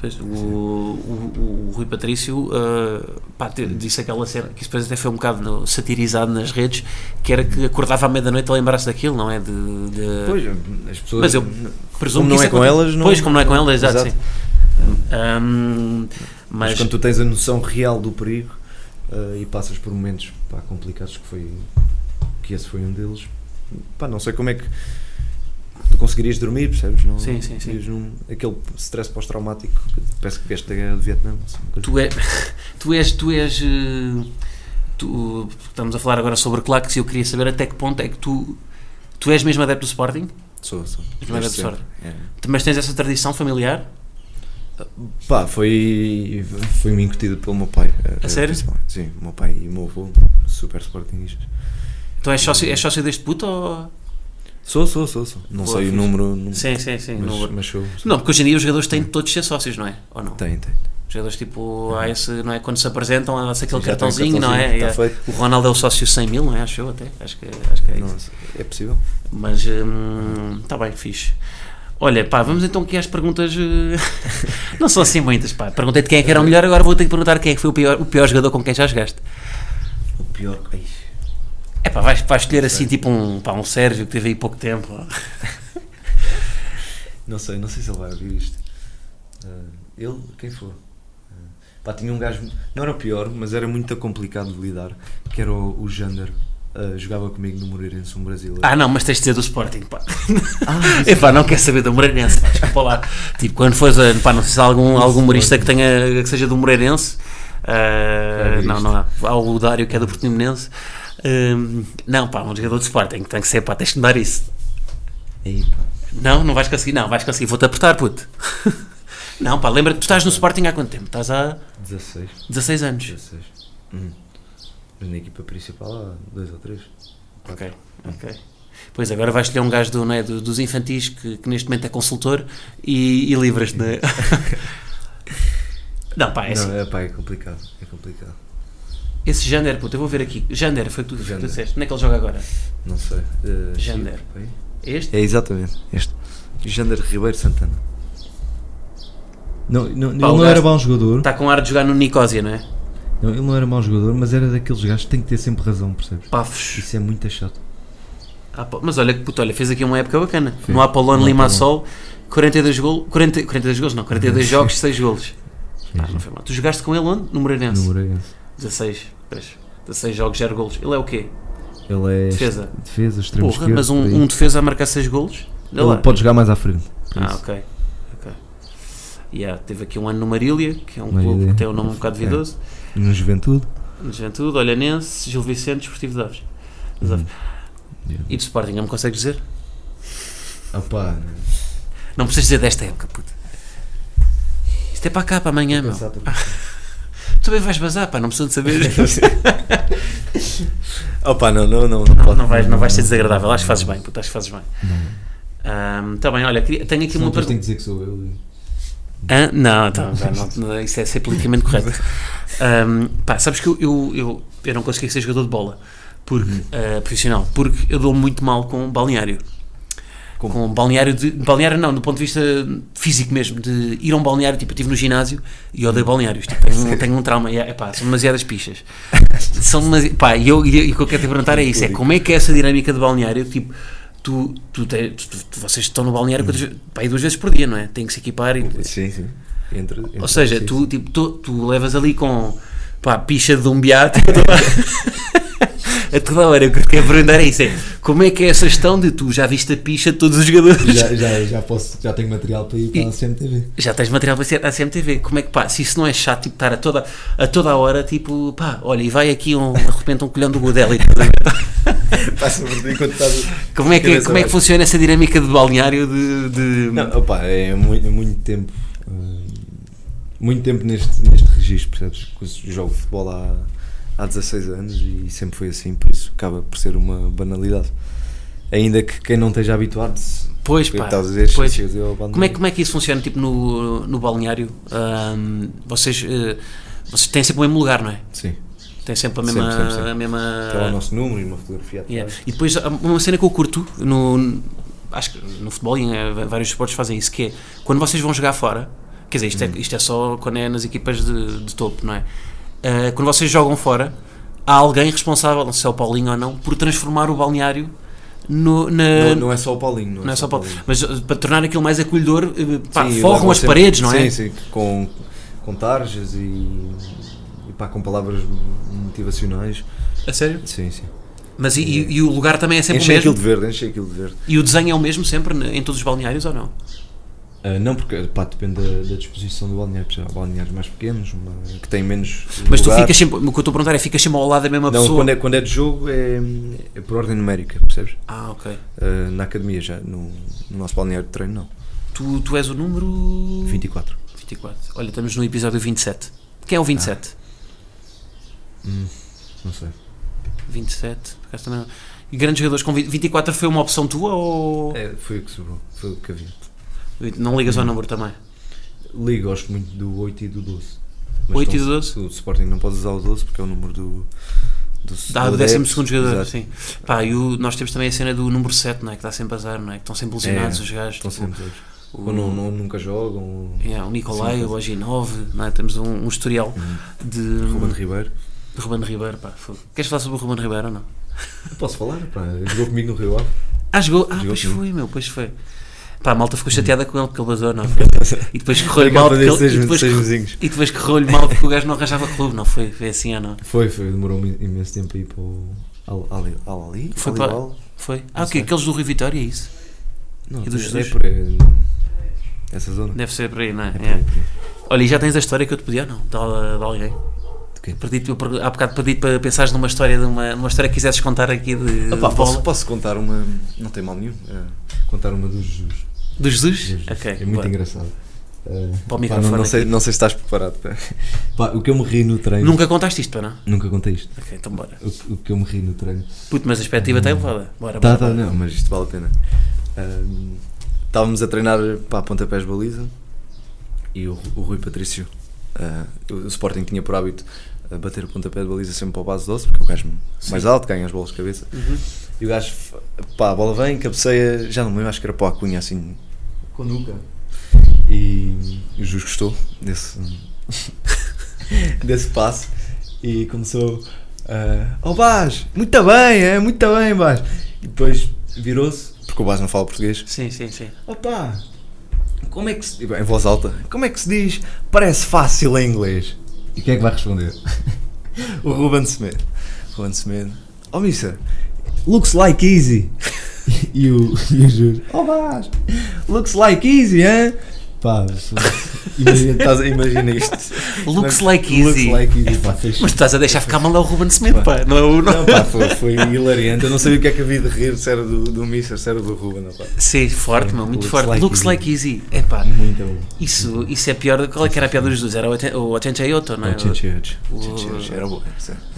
Speaker 1: Pois, o, o, o Rui Patrício uh, pá, te- disse aquela cena que isso depois até foi um bocado no- satirizado nas redes, que era que acordava à meia-noite a lembrar-se daquilo, não é? De, de-
Speaker 2: Pois, as pessoas.
Speaker 1: Mas eu presumo
Speaker 2: como
Speaker 1: que
Speaker 2: não
Speaker 1: isso
Speaker 2: é com
Speaker 1: aconte-
Speaker 2: elas, não-
Speaker 1: Pois, como não é com elas, exato,
Speaker 2: Exato.
Speaker 1: sim. Ahm,
Speaker 2: Mas,
Speaker 1: mas,
Speaker 2: quando tu tens a noção real do perigo eh, e passas por momentos pá, complicados que foi que esse foi um deles pá, não sei como é que tu conseguirias dormir, percebes? Não,
Speaker 1: Sim, sim, sim.
Speaker 2: vives num- aquele stress pós-traumático que parece que vieste da guerra do Vietnã assim, uma coisa-
Speaker 1: tu, é, tu és, tu és, eh, tu- estamos a falar agora sobre claques e eu queria saber até que ponto é que tu, tu és mesmo adepto do Sporting,
Speaker 2: sou, sou.
Speaker 1: Aquilo era
Speaker 2: Desde
Speaker 1: absurdo.
Speaker 2: sempre, é.
Speaker 1: mas tens essa tradição familiar?
Speaker 2: Pá, foi. Foi-me incutido pelo meu pai. eh,
Speaker 1: A sério?
Speaker 2: principalmente. Sim, o meu pai e o meu avô, super sportingistas.
Speaker 1: Então és sócio, és sócio deste puto ou...
Speaker 2: Sou, sou, sou, sou. Não
Speaker 1: Boa,
Speaker 2: sei o
Speaker 1: fixe.
Speaker 2: número. não-
Speaker 1: Sim, sim, sim.
Speaker 2: mas,
Speaker 1: não-
Speaker 2: mas sou. sou.
Speaker 1: Não, porque hoje em dia os jogadores têm de todos ser sócios, não é? Ou não?
Speaker 2: Tem, tem.
Speaker 1: Os jogadores tipo, há esse, não é? Quando se apresentam, há-se aquele
Speaker 2: Já tem
Speaker 1: cartãozinho,
Speaker 2: um
Speaker 1: não é?
Speaker 2: cartãozinho,
Speaker 1: E,
Speaker 2: Está feito.
Speaker 1: O Ronaldo é o sócio 100 mil, não é? Acho eu até. Acho que, acho que é isso.
Speaker 2: Nossa, é possível.
Speaker 1: Mas está bem, fixe. Olha, pá, vamos então aqui às perguntas. eh, não são assim muitas, pá. Perguntei-te quem é que era o melhor, agora vou ter que perguntar quem é que foi o pior, o pior jogador com quem já jogaste.
Speaker 2: O pior. Ai,
Speaker 1: É pá, vais, vais escolher assim tipo um, pá, um Sérgio que teve aí pouco tempo.
Speaker 2: não sei, não sei se ele vai ouvir isto. Ah, ele, quem for. Ah, pá, tinha um gajo. Não era o pior, mas era muito complicado de lidar. Que era o, o Jander. Ah, jogava comigo no Moreirense, um brasileiro.
Speaker 1: Ah, não, mas tens de dizer do Sporting, pá. Epá, não quer saber do Moreirense, pá, desculpa lá. Tipo, quando fores a. Pá, não sei se há algum, algum humorista que, tenha, que seja do Moreirense. Ah,
Speaker 2: Claro,
Speaker 1: não,
Speaker 2: isto.
Speaker 1: não há. Há o Dário que é do Portimonense. Ahm, não, pá, um jogador de Sporting, tem que ser, pá, tens de mudar isso.
Speaker 2: Aí, pá.
Speaker 1: Não, não vais conseguir, não, vais conseguir, vou-te apertar, puto. Não, pá, lembra-te, tu estás no Sporting há quanto tempo? Estás há
Speaker 2: 16.
Speaker 1: 16 anos.
Speaker 2: 16. Hum. Mas na equipa principal há dois ou três.
Speaker 1: Ok, ok. Pois agora vais escolher um gajo do, não é, do- dos infantis que, que neste momento é consultor e, e livras-te. Não, é? não, pá, é assim.
Speaker 2: não, é pá, é complicado. É complicado.
Speaker 1: Esse Jander, puto, eu vou ver aqui. Jander, foi tu que tu
Speaker 2: Jander.
Speaker 1: disseste. Onde é que ele joga agora?
Speaker 2: Não sei. Ah,
Speaker 1: Jander.
Speaker 2: Chico, pá, aí.
Speaker 1: É Este?
Speaker 2: É exatamente este. Jander Ribeiro Santana.
Speaker 3: Não, não, ele
Speaker 1: Pá, o
Speaker 3: não
Speaker 1: gajo-
Speaker 3: era mau jogador,
Speaker 1: Está Tá com ar de jogar no Nicosia, não é?
Speaker 3: não, ele não era mau jogador, mas era daqueles gajos que tem que ter sempre razão, percebes?
Speaker 1: Pafos.
Speaker 3: Isso é muito chato.
Speaker 1: Ah, pá, mas olha, que puto, olha, fez aqui uma época bacana.
Speaker 3: Sim.
Speaker 1: No Apollon
Speaker 3: No
Speaker 1: Limassol, 42 golos. 40, 42 golos, não, 42 jogos, 6 golos. Pá, não foi mal. Tu jogaste com ele onde? No
Speaker 3: No
Speaker 1: Moreirense.
Speaker 3: Moreirense.
Speaker 1: 16, pois. 16 jogos, 0 golos. Ele é o quê?
Speaker 3: Ele é
Speaker 1: Defesa.
Speaker 3: est- defesa extremo
Speaker 1: Porra,
Speaker 3: esquerdo.
Speaker 1: mas um,
Speaker 3: por aí.
Speaker 1: um defesa a marcar 6 golos? Olha lá.
Speaker 3: Ele pode jogar mais à frente. por
Speaker 1: Ah,
Speaker 3: isso.
Speaker 1: ok. ok. Yeah, teve aqui um ano no Marília, que é um
Speaker 3: Marília.
Speaker 1: clube que tem um nome um bocado
Speaker 3: É.
Speaker 1: vidoso.
Speaker 3: No Juventude.
Speaker 1: No Juventude, Olhanense, Gil Vicente, Esportivo de Aves. Mas,
Speaker 3: Hum.
Speaker 1: E do Sporting, não me consegues dizer?
Speaker 2: Ah, pá.
Speaker 1: Não precisas dizer desta época, puto. Isto é para cá, para amanhã, meu.
Speaker 2: Pensar,
Speaker 1: Tu também vais bazar, pá, não preciso de saber.
Speaker 2: Opa, não, não, não.
Speaker 1: não, não, vais, não vais ser desagradável, acho que fazes bem, puto, acho que fazes bem. Está bem, olha, queria- tenho aqui uma pergunta.
Speaker 3: que dizer que sou eu.
Speaker 1: Hã? não, então, já não- não, isso é ser politicamente correto. Ahm, pá, sabes que eu, eu, eu, eu não consegui ser jogador de bola porque, ah, profissional, porque eu dou muito mal com balneário.
Speaker 2: Como?
Speaker 1: Com balneário, de, balneário não, do ponto de vista físico mesmo, de ir a um balneário, tipo, eu estive no ginásio e odeio balneários, tipo, tenho, um- tenho um trauma, e é, pá, são demasiadas pichas. São demasi... pá, e eu- e eu- e o que eu quero te perguntar é isso, é como é que é essa dinâmica de balneário, tipo, tu, tu, te- tu- tu- tu- vocês estão no balneário quantas ve- pá, aí duas vezes por dia, não é? Tem que se equipar e...
Speaker 2: Sim, sim. Entre, entre-
Speaker 1: Ou seja,
Speaker 2: Então,
Speaker 1: tu,
Speaker 2: sim,
Speaker 1: tipo, tu, tu levas ali com pá, picha de um beato a toda- a toda hora. O que eu te quero perguntar é isso: é, como é que é essa gestão de tu já viste a picha de todos os jogadores? Já,
Speaker 3: já, já, posso, já tenho material para ir
Speaker 1: para a
Speaker 3: CMTV.
Speaker 1: tens material para ser à CMTV. Como é que pá, se isso não é chato, tipo, estar a toda, a toda a hora, tipo, pá, olha, e vai aqui um, de repente um colhão do Godelli.
Speaker 2: sim. Passa por ti enquanto estás.
Speaker 1: Como é que,
Speaker 2: Cabeça
Speaker 1: como é que
Speaker 2: baixa.
Speaker 1: funciona essa dinâmica de balneário de. de-
Speaker 2: Não, opa, é muito, muito tempo. hum, Muito tempo neste, neste registro, percebes? Que eu Jogo futebol há, há 16 anos e sempre foi assim, por isso acaba por ser uma banalidade. Ainda que quem não esteja habituado, se-
Speaker 1: Pois
Speaker 2: o que é que
Speaker 1: pá.
Speaker 2: estás a dizer,
Speaker 1: pois.
Speaker 2: chegas eu ao banco.
Speaker 1: Como é, como é que isso funciona, tipo, no, no balneário? Ahm, vocês, eh, vocês têm sempre o mesmo lugar, não é?
Speaker 2: Sim,
Speaker 1: Têm sempre a
Speaker 2: Sempre,
Speaker 1: mesma...
Speaker 2: sempre, sempre.
Speaker 1: A mesma
Speaker 2: está lá o nosso número e uma fotografia atrás.
Speaker 1: Ah. Yeah. E depois, há uma cena que eu curto, no, acho que no futebol e em eh, vários esportes fazem isso, que é, quando vocês vão jogar fora, Quer dizer,
Speaker 2: Uhum.
Speaker 1: isto, é, isto é só quando é nas equipas de, de topo, não é? Ah, quando vocês jogam fora, há alguém responsável, não sei se é o Paulinho ou não, por transformar o balneário no, na,
Speaker 2: Não, não é só o Paulinho, não,
Speaker 1: Ah, não é só
Speaker 2: o
Speaker 1: para, mas eh, para tornar aquilo mais acolhedor, eh, pá,
Speaker 2: Sim,
Speaker 1: forram
Speaker 2: levam
Speaker 1: as
Speaker 2: sempre-
Speaker 1: paredes, não é?
Speaker 2: Sim, sim, com, com tarjas e, e pá, com palavras motivacionais.
Speaker 1: A sério?
Speaker 2: Sim, sim.
Speaker 1: Mas e, e- e o lugar também é sempre
Speaker 2: Enchei
Speaker 1: o mesmo?
Speaker 2: aquilo de verde, enchei aquilo de verde.
Speaker 1: E o desenho é o mesmo sempre na- em todos os balneários ou não?
Speaker 2: Ah, não, porque pá, depende da, da disposição do balneário. porque Há balneários mais pequenos, mas que têm menos.
Speaker 1: Mas tu
Speaker 2: lugar.
Speaker 1: ficas sempre, o que eu estou a perguntar é, ficas sempre ao lado da mesma
Speaker 2: Não,
Speaker 1: pessoa?
Speaker 2: quando é, quando é de jogo é, é por ordem numérica, percebes?
Speaker 1: Ah, ok.
Speaker 2: Ah, na academia já, no, no nosso balneário de treino, não.
Speaker 1: Tu, tu és o número...
Speaker 2: 24.
Speaker 1: 24. Olha, estamos no episódio 27. Quem é o 27?
Speaker 2: Ah.
Speaker 1: Hum.
Speaker 2: Não sei.
Speaker 1: 27. por acaso também não- E grandes jogadores com 20 24 foi uma opção tua ou.
Speaker 2: É, Uhum. foi o que sobrou, foi o que havia.
Speaker 1: Não ligas ao número também?
Speaker 2: Ligo, gosto muito do 8 e do 12. Mas
Speaker 1: 8 e
Speaker 2: não-
Speaker 1: do 12?
Speaker 2: O Sporting não pode usar o 12 porque é o número do. do
Speaker 1: Dá
Speaker 2: do
Speaker 1: o 12
Speaker 2: adepto,
Speaker 1: jogador,
Speaker 2: exato.
Speaker 1: sim. Pá, e o- nós temos também a cena do número 7, não é? Que dá sempre azar, não é? Que estão sempre lesionados
Speaker 2: É,
Speaker 1: os gajos.
Speaker 2: Estão
Speaker 1: tipo,
Speaker 2: sempre todos.
Speaker 1: o-
Speaker 2: Ou não, não- nunca jogam, ou
Speaker 1: é, o Nicolai,
Speaker 2: Sim,
Speaker 1: o Oginove, não é? Temos um, um historial de.
Speaker 2: Ruben Ribeiro.
Speaker 1: de Ruben Ribeiro, pá. fogo. Queres falar sobre o Ruben Ribeiro ou não?
Speaker 2: Posso falar? Pá, jogou comigo no Rio Ave.
Speaker 1: Ah, jogou. Ah,
Speaker 2: Jogou
Speaker 1: pois
Speaker 2: comigo.
Speaker 1: foi, meu, pois foi. Pá, a malta ficou chateada com ele porque ele vazou, não foi? E depois correu-lhe mal
Speaker 2: Ficava
Speaker 1: porque
Speaker 2: É de
Speaker 1: ele,
Speaker 2: seis
Speaker 1: e depois
Speaker 2: seis mesinhos.
Speaker 1: E depois correu-lhe mal porque o gajo não arranjava clube, não foi? Foi assim ou não?
Speaker 2: Foi, foi, demorou um imenso tempo a ir para o. Al Ali? Al Ali?
Speaker 1: Foi
Speaker 2: Al
Speaker 1: para-
Speaker 2: Hilal?
Speaker 1: Foi? Ah,
Speaker 2: Não
Speaker 1: ok,
Speaker 2: sei.
Speaker 1: aqueles do Rio Vitória, é isso?
Speaker 2: Não,
Speaker 1: E do
Speaker 2: é-
Speaker 1: Jesus?
Speaker 2: é por aí, Essa zona.
Speaker 1: Deve ser por aí, não é?
Speaker 2: É por
Speaker 1: É.
Speaker 2: aí, por aí.
Speaker 1: Olha, e já tens a história que eu te pedi ou não? De, de alguém?
Speaker 2: De quê?
Speaker 1: Perdi-te, eu per- há bocado pedi para pensares numa história, de uma, numa história que quisesses contar aqui de,
Speaker 2: Ah, pá,
Speaker 1: de
Speaker 2: posso,
Speaker 1: bola.
Speaker 2: posso contar uma. Não tem mal nenhum. eh, contar uma do Jesus.
Speaker 1: Do Jesus?
Speaker 2: Jesus.
Speaker 1: Ok.
Speaker 2: é muito
Speaker 1: boa.
Speaker 2: engraçado. Eh,
Speaker 1: Para o
Speaker 2: pá,
Speaker 1: microfone
Speaker 2: não, não sei,
Speaker 1: aqui.
Speaker 2: não sei se estás preparado. pá. Pá, o que eu me ri no treino.
Speaker 1: Nunca contaste isto, para não?
Speaker 2: Nunca contei isto.
Speaker 1: Ok, então bora.
Speaker 2: O, que- o que eu me ri no treino.
Speaker 1: Puto, mas a expectativa está elevada. Bora,
Speaker 2: Tá,
Speaker 1: bora.
Speaker 2: tá,
Speaker 1: bora.
Speaker 2: não, mas isto vale a pena. Ahm, estávamos a treinar para pontapés de baliza e o, Ru- o Rui Patrício, ah, o, o Sporting tinha por hábito ah, bater o pontapé de baliza sempre para o base 12, porque o gajo mais alto ganha as bolas de cabeça.
Speaker 1: Uhum.
Speaker 2: E o gajo, pá, a bola vem, cabeceia, já não me lembro, acho que era para a Cunha assim. Com nuca. E, e o Jus gostou desse, desse passo e começou. ah, oh Bas, muito bem, é, muito bem, Bas. E depois virou-se, porque o Bas não fala português.
Speaker 1: Sim, sim, sim.
Speaker 2: Opa, como é que se. Em voz alta, como é que se diz? Parece fácil em inglês. E quem é que vai responder? o Ruben Semedo. Ruben Semedo. Oh, Missa, looks like easy. e o, e o Júlio. Oh, Bas, looks like easy, hein? Pá, imagina, estás a- imagina isto.
Speaker 1: Looks like easy.
Speaker 2: Looks like easy, pá, fez-
Speaker 1: Mas tá- tu estás a deixar ficar mal ao Ruben Smith, pá. Não é o. Não.
Speaker 2: Não, pá, foi, foi hilariante. Eu não sabia o que é que havia de rir, se era do, do Mister, se era do Ruben, ó, pá.
Speaker 1: Sim, forte, meu, muito
Speaker 2: Looks
Speaker 1: forte.
Speaker 2: like
Speaker 1: Looks
Speaker 2: easy.
Speaker 1: like easy. É pá.
Speaker 2: Muito bom.
Speaker 1: Isso, isso é pior. Qual é que era a pior dos dois? Era o 80 o 88, não é? O-
Speaker 2: Era bom.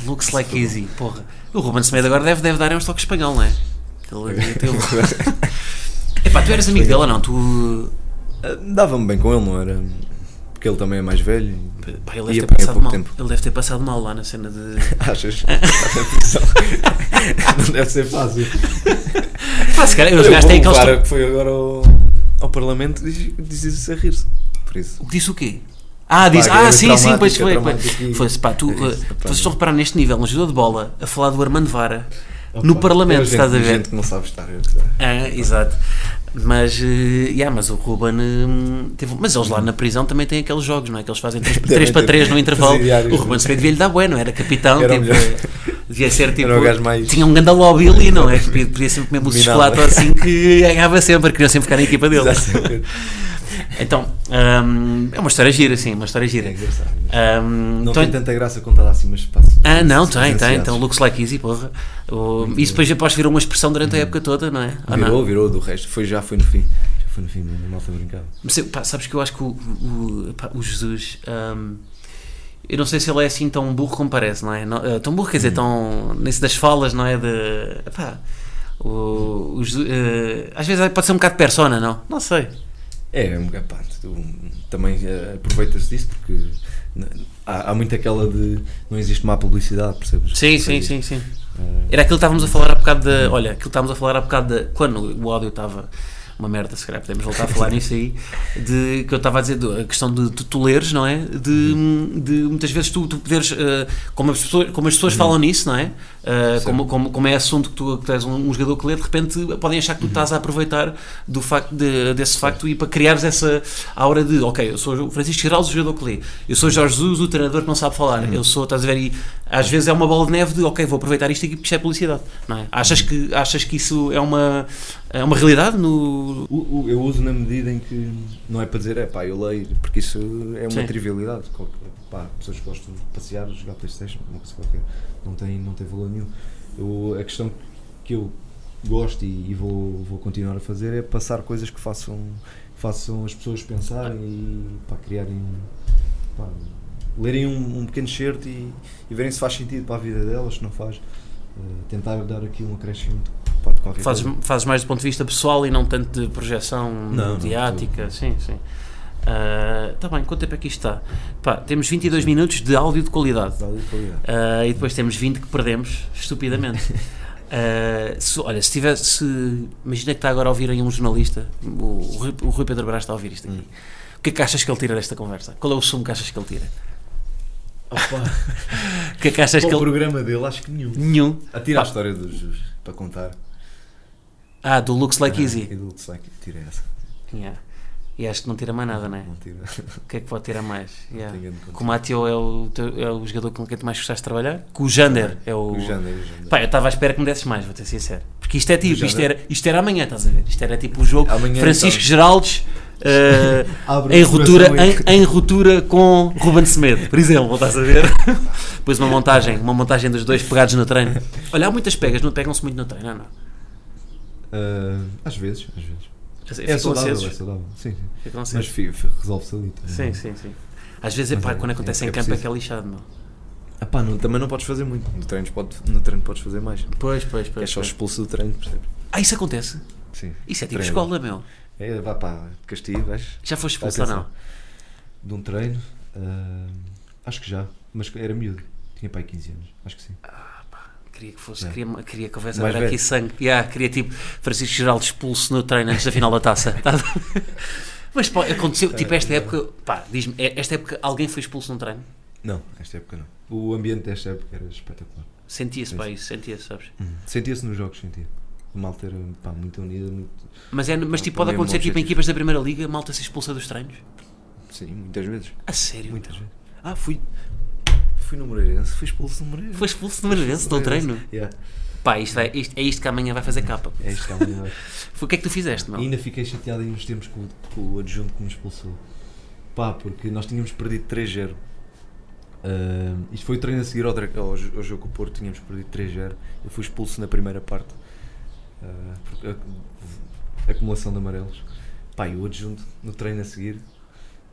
Speaker 1: Looks like easy. Porra. O Ruben Semedo agora deve, deve dar uns toques espanhol, não é? Ele- ele- Epá, tu eras amigo dele ou não? Tu.
Speaker 2: Dava-me bem com ele, não era? Porque ele também é mais velho. e-
Speaker 1: Pá, ele
Speaker 2: e
Speaker 1: deve ter
Speaker 2: apanha
Speaker 1: passado
Speaker 2: pouco
Speaker 1: mal.
Speaker 2: tempo.
Speaker 1: Ele deve ter passado mal lá na cena de.
Speaker 2: Achas? não deve ser fácil.
Speaker 1: Pá, se calhar, eles
Speaker 2: Eu
Speaker 1: gastam
Speaker 2: vou
Speaker 1: aqueles.
Speaker 2: levar
Speaker 1: to-
Speaker 2: a que foi agora ao, ao Parlamento diz, diz isso a rir-se. Por isso.
Speaker 1: O que Disse o quê? Ah, disse.
Speaker 2: Pá, é
Speaker 1: Ah, sim, sim,
Speaker 2: traumática,
Speaker 1: pois foi.
Speaker 2: traumática e-
Speaker 1: Foi, pá, tu.
Speaker 2: É isso,
Speaker 1: eh,
Speaker 2: epá,
Speaker 1: Vocês estão
Speaker 2: não.
Speaker 1: a reparar neste nível, um jogador de bola, a falar do Armando Vara no
Speaker 2: Opa,
Speaker 1: Parlamento,
Speaker 2: tem gente-
Speaker 1: estás a ver?
Speaker 2: gente que não sabe estar. eu sei.
Speaker 1: Ah, exato. Mas, eh, yeah, mas o Ruben hum, teve, mas eles lá na prisão também têm aqueles jogos, não é? Que eles fazem 3,
Speaker 2: Devem
Speaker 1: para
Speaker 2: ter
Speaker 1: 3 no intervalo.
Speaker 2: presidiários,
Speaker 1: O Ruben
Speaker 2: não é?
Speaker 1: Semedo devia lhe dar bueno, era capitão,
Speaker 2: Era o
Speaker 1: tipo,
Speaker 2: melhor.
Speaker 1: devia ser tipo.
Speaker 2: Era o gajo mais-
Speaker 1: Tinha um grande lobby ali, não é? Podia, podia sempre comer o
Speaker 2: Dominava.
Speaker 1: chocolate ou assim que ganhava sempre, queria sempre ficar na equipa dele.
Speaker 2: Exatamente.
Speaker 1: então, hum, é uma história gira, sim, uma história
Speaker 2: É
Speaker 1: gira.
Speaker 2: engraçado.
Speaker 1: Hum,
Speaker 2: Não
Speaker 1: então-
Speaker 2: tem tanta graça contada assim, mas passa.
Speaker 1: ah, não, tem, tem.
Speaker 2: presenciado.
Speaker 1: Então, looks like easy, porra. O- isso depois, depois virou uma expressão durante a época toda, não é? Ou não?
Speaker 2: Uhum. Virou, virou do resto. Foi, já foi no fim. Já foi no fim, a malta brincava.
Speaker 1: Mas eu- pá, sabes que eu acho que o, o- pá, o Jesus. hum, eu não sei se ele é assim tão burro como parece, não é? Não- eh, tão burro, quer dizer,
Speaker 2: Uhum.
Speaker 1: tão. nesse das falas, não é? De. Pá, o, o Jesus, eh, às vezes pode ser um bocado persona, não? Não sei.
Speaker 2: É, um bocado, pá, tu também eh, aproveita-se disso porque n- há, há muito aquela de não existe má publicidade, percebes?
Speaker 1: Sim,
Speaker 2: Não
Speaker 1: sim,
Speaker 2: existe.
Speaker 1: sim, sim.
Speaker 2: Eh,
Speaker 1: Era aquilo que estávamos a falar há bocado de. Olha, aquilo que estávamos a falar há bocado de. Quando o áudio estava uma merda, se calhar podemos voltar a falar nisso aí, de, que eu estava a dizer, do- a questão de, de tu leres, não é? De, de muitas vezes tu, tu poderes, eh, como, as pessoas, como as pessoas falam nisso, não é? Eh, como, como, como é assunto que tu, que tu és um, um jogador que lê, de repente podem achar que
Speaker 2: Uhum.
Speaker 1: tu estás a aproveitar do facto de- desse facto e para criares essa aura de, ok, eu sou o Francisco Geraldo, o jogador que lê, eu sou o Jorge Jesus, o treinador que não sabe falar,
Speaker 2: Uhum.
Speaker 1: eu sou, estás a ver, e às vezes é uma bola de neve de, ok, vou aproveitar isto aqui porque isto é publicidade, não
Speaker 2: Uhum.
Speaker 1: é? Achas que, achas que isso é uma, é uma realidade no...
Speaker 2: O- o- Eu uso na medida em que não é para dizer, é pá, eu leio, porque isso é uma
Speaker 1: Sim.
Speaker 2: trivialidade. Qual- Pá, pessoas que gostam de passear, jogar Playstation, uma coisa qualquer, não tem, não tem valor nenhum. Eu- a questão que eu gosto e, e vou, vou continuar a fazer é passar coisas que façam, façam as pessoas pensarem e pá, criarem. pá, lerem um, um pequeno excerto e, e verem se faz sentido para a vida delas, se não faz. Eh, tentar dar aqui um acréscimo de, pá, de qualquer
Speaker 1: Fazes,
Speaker 2: coisa.
Speaker 1: fazes mais do ponto de vista pessoal e não tanto de projeção
Speaker 2: não,
Speaker 1: mediática. sim, sim. Está bem, quanto tempo é que isto está? Pá, temos 22 minutos de áudio de qualidade.
Speaker 2: Dá-lhe qualidade.
Speaker 1: Ah, e depois temos 20 que perdemos, estupidamente. Ah, se- olha, se tivesse. se- imagina que está agora a ouvir aí um jornalista, o, o Rui, o Rui Pedro Brás está a ouvir isto aqui. O que é que achas que ele tira desta conversa? Qual é o sumo que achas que ele tira? O que é que achas que
Speaker 2: Qual o
Speaker 1: ele.
Speaker 2: programa dele? Acho que nenhum.
Speaker 1: Nenhum.
Speaker 2: Atira
Speaker 1: Pá.
Speaker 2: a história dos Jesus para contar.
Speaker 1: Ah, do Looks Like
Speaker 2: E
Speaker 1: Easy.
Speaker 2: do Looks Like, tira essa.
Speaker 1: Yeah. E acho que não tira mais nada, não é?
Speaker 2: Não tira.
Speaker 1: O que é que pode tirar mais? Yeah.
Speaker 2: Tenho de contar.
Speaker 1: Que o Mateo é o, teu- é o jogador com quem tu mais gostaste de trabalhar? Que o Jander é o.
Speaker 2: O Jander, o Jander.
Speaker 1: Pá, eu estava à espera que me desses mais, vou ser sincero. Porque isto é tipo,
Speaker 2: Já
Speaker 1: isto
Speaker 2: deu.
Speaker 1: era, isto era amanhã, estás a ver? Isto era tipo o jogo
Speaker 2: Amanhã,
Speaker 1: Francisco
Speaker 2: então.
Speaker 1: Geraldes eh,
Speaker 2: Abre
Speaker 1: em,
Speaker 2: o coração
Speaker 1: ruptura, em,
Speaker 2: e-
Speaker 1: em ruptura com Ruben Semedo, por exemplo, estás a ver? Depois uma montagem, uma montagem dos dois pegados no treino. Olha, há muitas pegas, não pegam-se muito no treino, não, é? não.
Speaker 2: Ah, às vezes, às vezes.
Speaker 1: Ficam acesos,
Speaker 2: é saudável. Sim, sim.
Speaker 1: ficam
Speaker 2: Mas
Speaker 1: acesos.
Speaker 2: fi- fi- resolve-se ali. tá? também.
Speaker 1: Sim, sim, sim. Às vezes,
Speaker 2: Mas
Speaker 1: pá,
Speaker 2: é-
Speaker 1: quando acontece
Speaker 2: é-
Speaker 1: em
Speaker 2: é
Speaker 1: campo é
Speaker 2: preciso.
Speaker 1: que é lixado, meu.
Speaker 2: Ah, pá, não- também não podes fazer muito. No treino, pode, no treino podes fazer mais.
Speaker 1: Pois, pois, pois.
Speaker 2: é só
Speaker 1: pois.
Speaker 2: expulso do treino, percebes?
Speaker 1: Ah, isso acontece?
Speaker 2: Sim.
Speaker 1: Isso é tipo
Speaker 2: Treino.
Speaker 1: escola, meu.
Speaker 2: É, vá pá, castigo, vais.
Speaker 1: Já foste
Speaker 2: Vai
Speaker 1: expulso ou não?
Speaker 2: pensar. De um treino, ah, acho que já. Mas era miúdo. Tinha pai 15 anos, acho que sim.
Speaker 1: Queria que fosse,
Speaker 2: É.
Speaker 1: queria, queria que houvesse
Speaker 2: Mais
Speaker 1: agora aqui
Speaker 2: velho.
Speaker 1: sangue. Yeah, queria tipo Francisco Geraldo expulso no treino antes da final da taça. Tá? Mas pá, aconteceu, tipo,
Speaker 2: É,
Speaker 1: esta época, pá, diz-me, é- esta época alguém foi expulso no treino?
Speaker 2: Não, esta época não. O ambiente desta época era espetacular.
Speaker 1: Sentia-se, pá, isso, sentia-se, sabes?
Speaker 2: Sentia-se nos jogos, sentia. A malta era pá, muito unida, muito.
Speaker 1: Mas, é, mas tipo, pode
Speaker 2: Também é
Speaker 1: acontecer, tipo,
Speaker 2: um bom
Speaker 1: em
Speaker 2: objetivo.
Speaker 1: equipas da Primeira Liga, malta se expulsa dos treinos?
Speaker 2: Sim, muitas vezes.
Speaker 1: A sério?
Speaker 2: Muitas
Speaker 1: então?
Speaker 2: vezes. Ah, fui. Fui no Moreirense, fui expulso do Moreirense.
Speaker 1: Foi expulso de vezes no treino?
Speaker 2: Yeah,
Speaker 1: Pá, isto é, isto, é isto que amanhã vai fazer capa.
Speaker 2: é isto que é a melhor.
Speaker 1: Foi- O que é que tu fizeste, meu?
Speaker 2: E ainda fiquei chateado aí uns tempos com, o- com o adjunto que me expulsou. Pá, porque nós tínhamos perdido 3-0. Ah, isto foi o treino a seguir ao, dra- ao jo- ao jogo com o Porto, tínhamos perdido 3-0. Eu fui expulso na primeira parte. Ah, porque ac- acumulação de amarelos. Pá, e o adjunto no treino a seguir.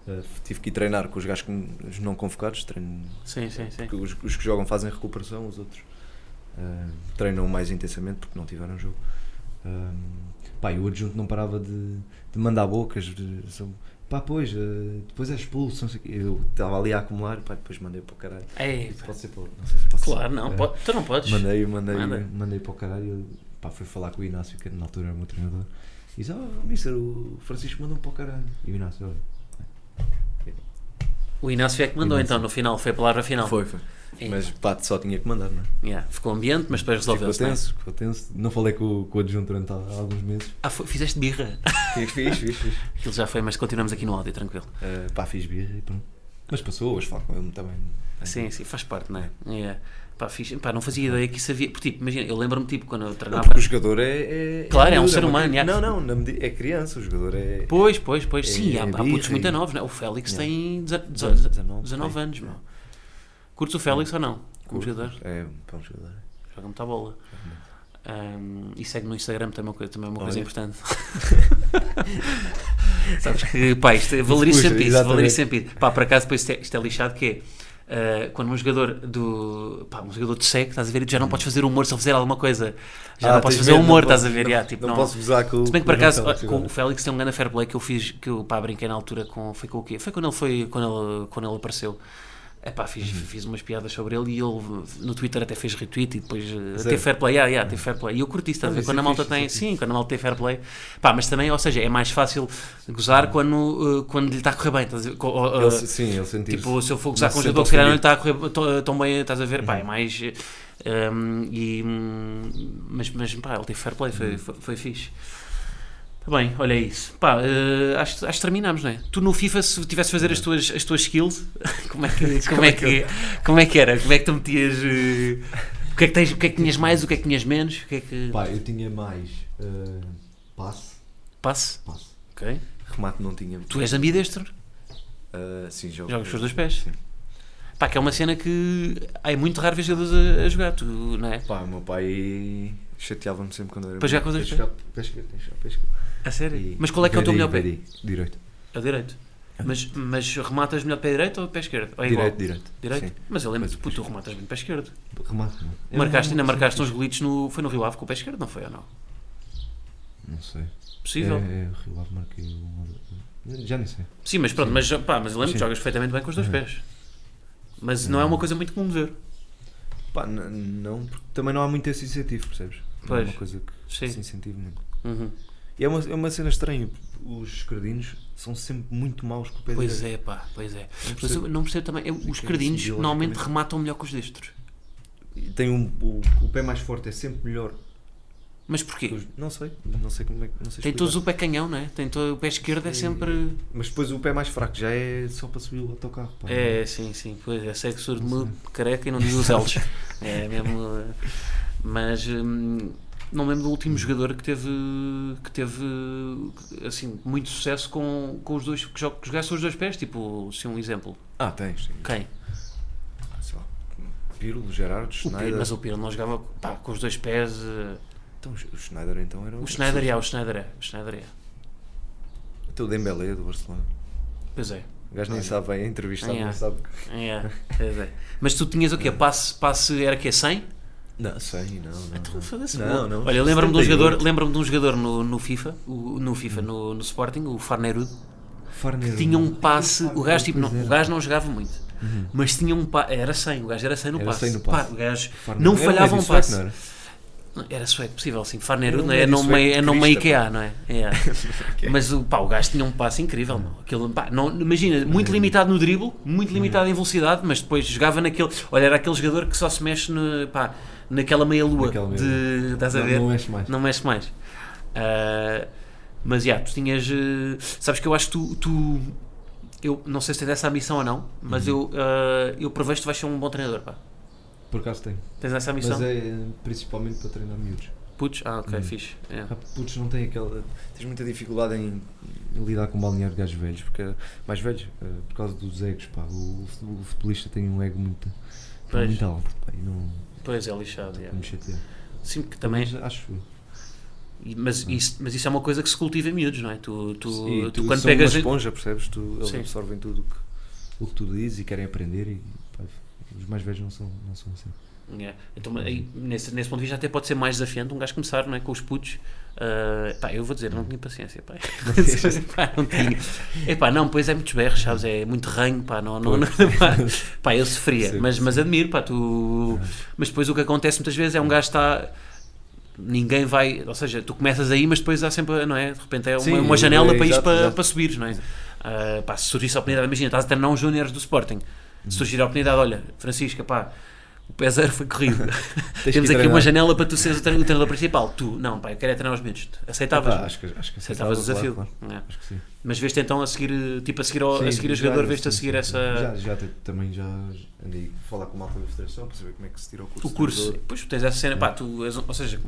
Speaker 2: ah, tive que ir treinar com os gajos com- os não convocados, treino
Speaker 1: Sim, sim, sim.
Speaker 2: Porque os, os que jogam fazem recuperação, os outros ah, treinam mais intensamente porque não tiveram jogo. Ah, pá, e o adjunto não parava de, de mandar bocas. De, são- pá, pois, ah, depois é expulso. Não sei o quê. Eu estava ali a acumular, pá, depois mandei para o caralho.
Speaker 1: Ei,
Speaker 2: Isso
Speaker 1: É, pá,
Speaker 2: pode ser para o- não sei se pode ser.
Speaker 1: claro, não,
Speaker 2: Ah,
Speaker 1: po- tu não podes.
Speaker 2: Mandei, mandei,
Speaker 1: Manda.
Speaker 2: mandei para o caralho. Ele, Pá, fui falar com o Inácio, que na altura era o meu treinador. E disse: Oh, mister, o Francisco mandou-me para o caralho. E o Inácio, olha.
Speaker 1: O Inácio é que mandou, então, no final, foi a palavra final.
Speaker 2: foi.
Speaker 1: Ei,
Speaker 2: Mas pá, só tinha que mandar, não é?
Speaker 1: yeah, Ficou ambiente, mas depois
Speaker 2: Ficou
Speaker 1: resolveu-se. não é?
Speaker 2: tenso, ficou tenso. Não falei com, o- com o adjunto durante há- alguns meses.
Speaker 1: Ah, foi- fizeste birra.
Speaker 2: Fiz, fiz, fiz. fiz.
Speaker 1: Aquilo já foi, mas continuamos aqui no áudio, tranquilo.
Speaker 2: Ah, pá, fiz birra e pronto. Mas passou, hoje falo com ele também.
Speaker 1: Sim, sim, faz parte, não é? Yeah. Pá, fiz, pá, não fazia ideia que isso havia. Porque, tipo, imagina, eu lembro-me, tipo, quando eu
Speaker 2: Não,
Speaker 1: treinava.
Speaker 2: porque o jogador é. é-
Speaker 1: Claro, é um
Speaker 2: miúdo,
Speaker 1: ser
Speaker 2: uma
Speaker 1: humano,
Speaker 2: cri-
Speaker 1: é.
Speaker 2: Não, não, na medida- é criança, o jogador é.
Speaker 1: Pois, pois, pois. Sim,
Speaker 2: É,
Speaker 1: há, há
Speaker 2: birra
Speaker 1: putos
Speaker 2: e-
Speaker 1: muito novos, não é? O Félix
Speaker 2: Yeah.
Speaker 1: tem deza- deza-
Speaker 2: Dezen-
Speaker 1: 19,
Speaker 2: 19,
Speaker 1: anos, meu. Curtes o Félix ou não? Como
Speaker 2: Curto.
Speaker 1: um jogador?
Speaker 2: É, pá, um jogador.
Speaker 1: Joga muita bola. Ahm, e segue no Instagram também, é uma coisa- também é uma coisa
Speaker 2: Olha.
Speaker 1: importante. Sabes que, pá, isto, é- valorizo
Speaker 2: Puxa,
Speaker 1: sempre isso,
Speaker 2: exatamente.
Speaker 1: valorizo sempre isso. Pá, por acaso, depois isto é, isto é lixado que é. ah, quando um jogador do pá, um jogador te segue, estás a ver, e tu já não podes fazer humor se ele fizer alguma coisa, já
Speaker 2: Uhum. Ah,
Speaker 1: não podes
Speaker 2: tens
Speaker 1: fazer
Speaker 2: medo,
Speaker 1: humor,
Speaker 2: não
Speaker 1: estás a
Speaker 2: posso-
Speaker 1: ver, já, tipo,
Speaker 2: Não posso usar com.
Speaker 1: se bem que por
Speaker 2: com o
Speaker 1: acaso,
Speaker 2: Félix
Speaker 1: ó, com o
Speaker 2: agora.
Speaker 1: Félix tem um grande fair play que eu fiz, que eu pá, brinquei na altura com. Foi com o quê? Foi quando ele foi. Quando ele, quando ele apareceu. Ah, Epá, fiz,
Speaker 2: Uhum.
Speaker 1: fiz umas piadas sobre ele e ele no Twitter até fez retweet e depois eh,
Speaker 2: Sério?
Speaker 1: teve fair play, ah, yeah, teve fair play. E eu curti isso, estás a ver?
Speaker 2: isso
Speaker 1: quando
Speaker 2: é
Speaker 1: a malta
Speaker 2: fixe,
Speaker 1: tem,
Speaker 2: isso é
Speaker 1: sim, quando a malta tem fair play, pá, mas também, ou seja, é mais fácil gozar quando, eh, quando lhe está a correr bem, estás a ver? Co- ou, eh,
Speaker 2: Uhum. Ele se- sim, ele sentiu
Speaker 1: Tipo, se eu for gozar
Speaker 2: Não
Speaker 1: com um
Speaker 2: se
Speaker 1: jogador que
Speaker 2: sente
Speaker 1: se calhar não lhe está a correr to- tão bem, estás a ver, pá, é mais. eh, um, e, hum, mas, mas, pá, ele teve fair play, foi, foi, foi fixe. Tá bem, olha isso. Pá, eh, acho, acho que terminamos, não é? Tu no FIFA, se tivesse de fazer as tuas, as tuas skills, como é, que, Uhum. como, é que, como é que era? Como é que tu metias. eh, o, que é que tens, o que é que tinhas mais, o que é que tinhas menos? O que é que.
Speaker 3: Pá, eu tinha mais eh, passe,
Speaker 1: Passe.
Speaker 3: passe.
Speaker 1: Ok.
Speaker 2: Remate não tinha.
Speaker 1: Tu és ambidestro.
Speaker 2: Ah, sim, jogo.
Speaker 1: Jogas com os dois pés.
Speaker 2: Sim.
Speaker 1: Pá, que é uma cena que é muito raro ver jogadores a, a jogar, tu, não é?
Speaker 2: Pá, o meu pai chateava-me sempre quando era.
Speaker 1: Para jogar com os dois pés.
Speaker 2: Pesca, pesca, pesca.
Speaker 1: A sério? Mas qual é que é o teu melhor pé?
Speaker 2: Direito.
Speaker 1: É o direito. Mas, mas rematas melhor pé direito ou pé esquerdo? Ou é igual?
Speaker 2: Direito, direito.
Speaker 1: Direito?
Speaker 2: Sim.
Speaker 1: Mas eu lembro-te,
Speaker 2: Mas
Speaker 1: puto, tu rematas muito pé esquerdo.
Speaker 3: Remate, não. é? Eu
Speaker 1: marcaste, ainda
Speaker 3: não-
Speaker 1: marcaste uns golitos no. Foi no Rio Ave com o pé esquerdo, não foi ou não?
Speaker 3: Não sei.
Speaker 1: Possível.
Speaker 3: É, é, o Rio Ave marquei um ou dois. Já nem sei.
Speaker 1: Sim, mas pronto, mas, pá, mas eu lembro-te,
Speaker 3: Sim.
Speaker 1: jogas perfeitamente bem com os dois
Speaker 3: Uhum.
Speaker 1: pés. Mas não é uma coisa muito comum de ver.
Speaker 2: Pá, n- não, porque também não há muito esse incentivo, percebes? Não é
Speaker 1: Pois.
Speaker 2: uma coisa que
Speaker 1: Sim.
Speaker 2: se incentiva muito.
Speaker 1: Uhum.
Speaker 2: E é uma, é uma cena estranha. Os esquerdinos são sempre muito maus com o pé
Speaker 1: Pois
Speaker 2: direito.
Speaker 1: é, pá, pois é. Mas
Speaker 2: percebo.
Speaker 1: eu não percebo também. eu- os
Speaker 2: que é
Speaker 1: cardinos
Speaker 2: isso,
Speaker 1: normalmente
Speaker 2: biologicamente.
Speaker 1: rematam melhor que os destros.
Speaker 2: E Tem um, o, o pé mais forte é sempre melhor.
Speaker 1: Mas
Speaker 2: que
Speaker 1: porquê?
Speaker 2: os- Não sei, não sei como é que. Não sei
Speaker 1: Tem
Speaker 2: explicar.
Speaker 1: todos o pé canhão, não é? Tem todo, o pé esquerdo é sempre.
Speaker 2: Mas depois o pé mais fraco já é só para subir o autocarro. Pá.
Speaker 1: É, sim, sim. Pois é, segue surdo me careca e não diz os L's. É mesmo. eh, Mas hum, não lembro do último jogador que teve, que teve assim, muito sucesso com, com os dois, que, joga, que jogasse os dois pés. Tipo, se um exemplo.
Speaker 2: Ah, tens. sim.
Speaker 1: Quem?
Speaker 2: Ah, Sei lá. Pirlo, Gerardo,
Speaker 1: O Pirlo,
Speaker 2: Schneider.
Speaker 1: mas o Pirlo não jogava pá, com os dois pés. eh,
Speaker 2: Então, o Schneider então era
Speaker 1: O Schneider é, o Schneider é. O Schneider é.
Speaker 2: Até o Dembélé do Barcelona.
Speaker 1: Pois é.
Speaker 2: O gajo nem sabe bem, a entrevista
Speaker 1: Ah, é.
Speaker 2: não sabe.
Speaker 1: É, pois é. Mas tu tinhas o quê? Passe, passe era que 100?
Speaker 2: Não, sei, não. não,
Speaker 1: Então, foda-se,
Speaker 2: Não,
Speaker 1: pô.
Speaker 2: não.
Speaker 1: Olha, lembro-me de um
Speaker 2: 78.
Speaker 1: jogador, lembro-me de um jogador no, no FIFA, o- no FIFA, no, no Sporting, o Farnerudo,
Speaker 3: Farneiro.
Speaker 1: tinha um passe, o gajo tipo, não,
Speaker 3: Pois
Speaker 1: o
Speaker 3: era.
Speaker 1: gajo não jogava muito, mas tinha um passe, era 100, o gajo era 100 no
Speaker 2: Uhum. Era
Speaker 1: passe.
Speaker 2: 100 no passe.
Speaker 1: Pá, o gajo
Speaker 2: Farneiro.
Speaker 1: não
Speaker 2: Era um
Speaker 1: falhava um
Speaker 2: médio sueco,
Speaker 1: passe.
Speaker 2: não era?
Speaker 1: Não, Era sueco, possível, sim. Farneiro
Speaker 2: Era um
Speaker 1: não é
Speaker 2: médio
Speaker 1: nome,
Speaker 2: sueco de
Speaker 1: é nome
Speaker 2: crista,
Speaker 1: IKEA, não é? É. Mas o, pá, o gajo tinha um passe incrível, meu. Aquilo, pá, não, imagina,
Speaker 3: Uhum.
Speaker 1: muito limitado no dribble, muito limitado em velocidade, mas depois jogava naquele. Olha, era aquele jogador que só se mexe no, pá, naquela meia-lua.
Speaker 3: Naquela
Speaker 1: de-
Speaker 3: meia-lua.
Speaker 1: Estás a
Speaker 3: Não-
Speaker 1: ver?
Speaker 3: não mexe mais.
Speaker 1: Não mexe mais. Ah, mas já, tu tinhas. eh, Sabes que eu acho que tu. tu- eu não sei se tens essa ambição ou não, mas
Speaker 3: Uhum.
Speaker 1: eu, ah, eu prevejo que tu vais ser um bom treinador, pá.
Speaker 3: Por acaso tem.
Speaker 1: Tens essa ambição?
Speaker 3: Mas é
Speaker 2: eh,
Speaker 3: principalmente para treinar miúdos.
Speaker 1: Putz, ah, ok, fixe. é.
Speaker 3: Ah, Putz, não tem aquela.
Speaker 2: Tens muita dificuldade em.
Speaker 3: em lidar com balneário de gajos velhos, porque é mais velhos, eh, por causa dos egos, pá. O, fut- o futebolista tem um ego muito, pá,
Speaker 1: Pois.
Speaker 3: muito alto, pá, e não
Speaker 1: Pois é, lixado. é.
Speaker 3: não me chateia.
Speaker 1: Sim, porque também.
Speaker 3: Mas acho eu.
Speaker 1: E- Mas isso, mas isso é uma coisa que se cultiva em miúdos, não é? Tu, tu,
Speaker 2: E
Speaker 1: tu
Speaker 2: tu
Speaker 1: quando
Speaker 2: são
Speaker 1: pegas.
Speaker 2: uma esponja, percebes? Tu, eles
Speaker 1: Sim.
Speaker 2: absorvem tudo o que.
Speaker 3: o que tu dizes e querem aprender e pá, os mais velhos não são, não são assim.
Speaker 1: É. Então, aí, nesse, nesse ponto de vista, até pode ser mais desafiante um gajo começar não é, com os putos. Ah, pá, eu vou dizer, não tinha paciência, pá. Pá, não tinha. Epá, não, pois é muitos berros, sabes? É muito ranho, pá, não, não, não pá, Pá, eu sofria, mas, mas admiro, pá, tu. Mas depois o que acontece muitas vezes é um gajo está. Ninguém vai, ou seja, tu começas aí, mas depois há sempre, não é? De repente é uma,
Speaker 2: Sim,
Speaker 1: uma
Speaker 2: é,
Speaker 1: janela para ires
Speaker 2: exato,
Speaker 1: para,
Speaker 2: exato.
Speaker 1: para subires, não é? Ah, pá, se surgisse a oportunidade, imagina, estás a treinar uns júniores do Sporting, se surgir a oportunidade, olha, Francisca, pá, o pé zero foi corrido,
Speaker 2: que
Speaker 1: temos aqui
Speaker 2: treinar.
Speaker 1: uma janela para tu seres o trein- o treinador principal, tu, não, pá, eu quero é treinar os miúdos, Tu aceitavas,
Speaker 2: Pá, acho que, acho que
Speaker 1: aceitavas o
Speaker 2: aceitava,
Speaker 1: desafio,
Speaker 2: claro,
Speaker 1: É.
Speaker 3: Acho que sim.
Speaker 1: mas veste então a seguir, eh, tipo, a seguir ao, a
Speaker 3: Sim,
Speaker 1: seguir o
Speaker 3: já,
Speaker 1: jogador,
Speaker 3: já,
Speaker 1: veste a
Speaker 3: sim,
Speaker 1: seguir
Speaker 3: sim,
Speaker 1: essa,
Speaker 3: sim. Já, já te- também já andei.
Speaker 2: claro. E falar com o malta da federação para saber como é que se tira o curso.
Speaker 1: o curso,
Speaker 2: treinador.
Speaker 1: pois tu tens essa cena, pá, tu és, um- ou seja,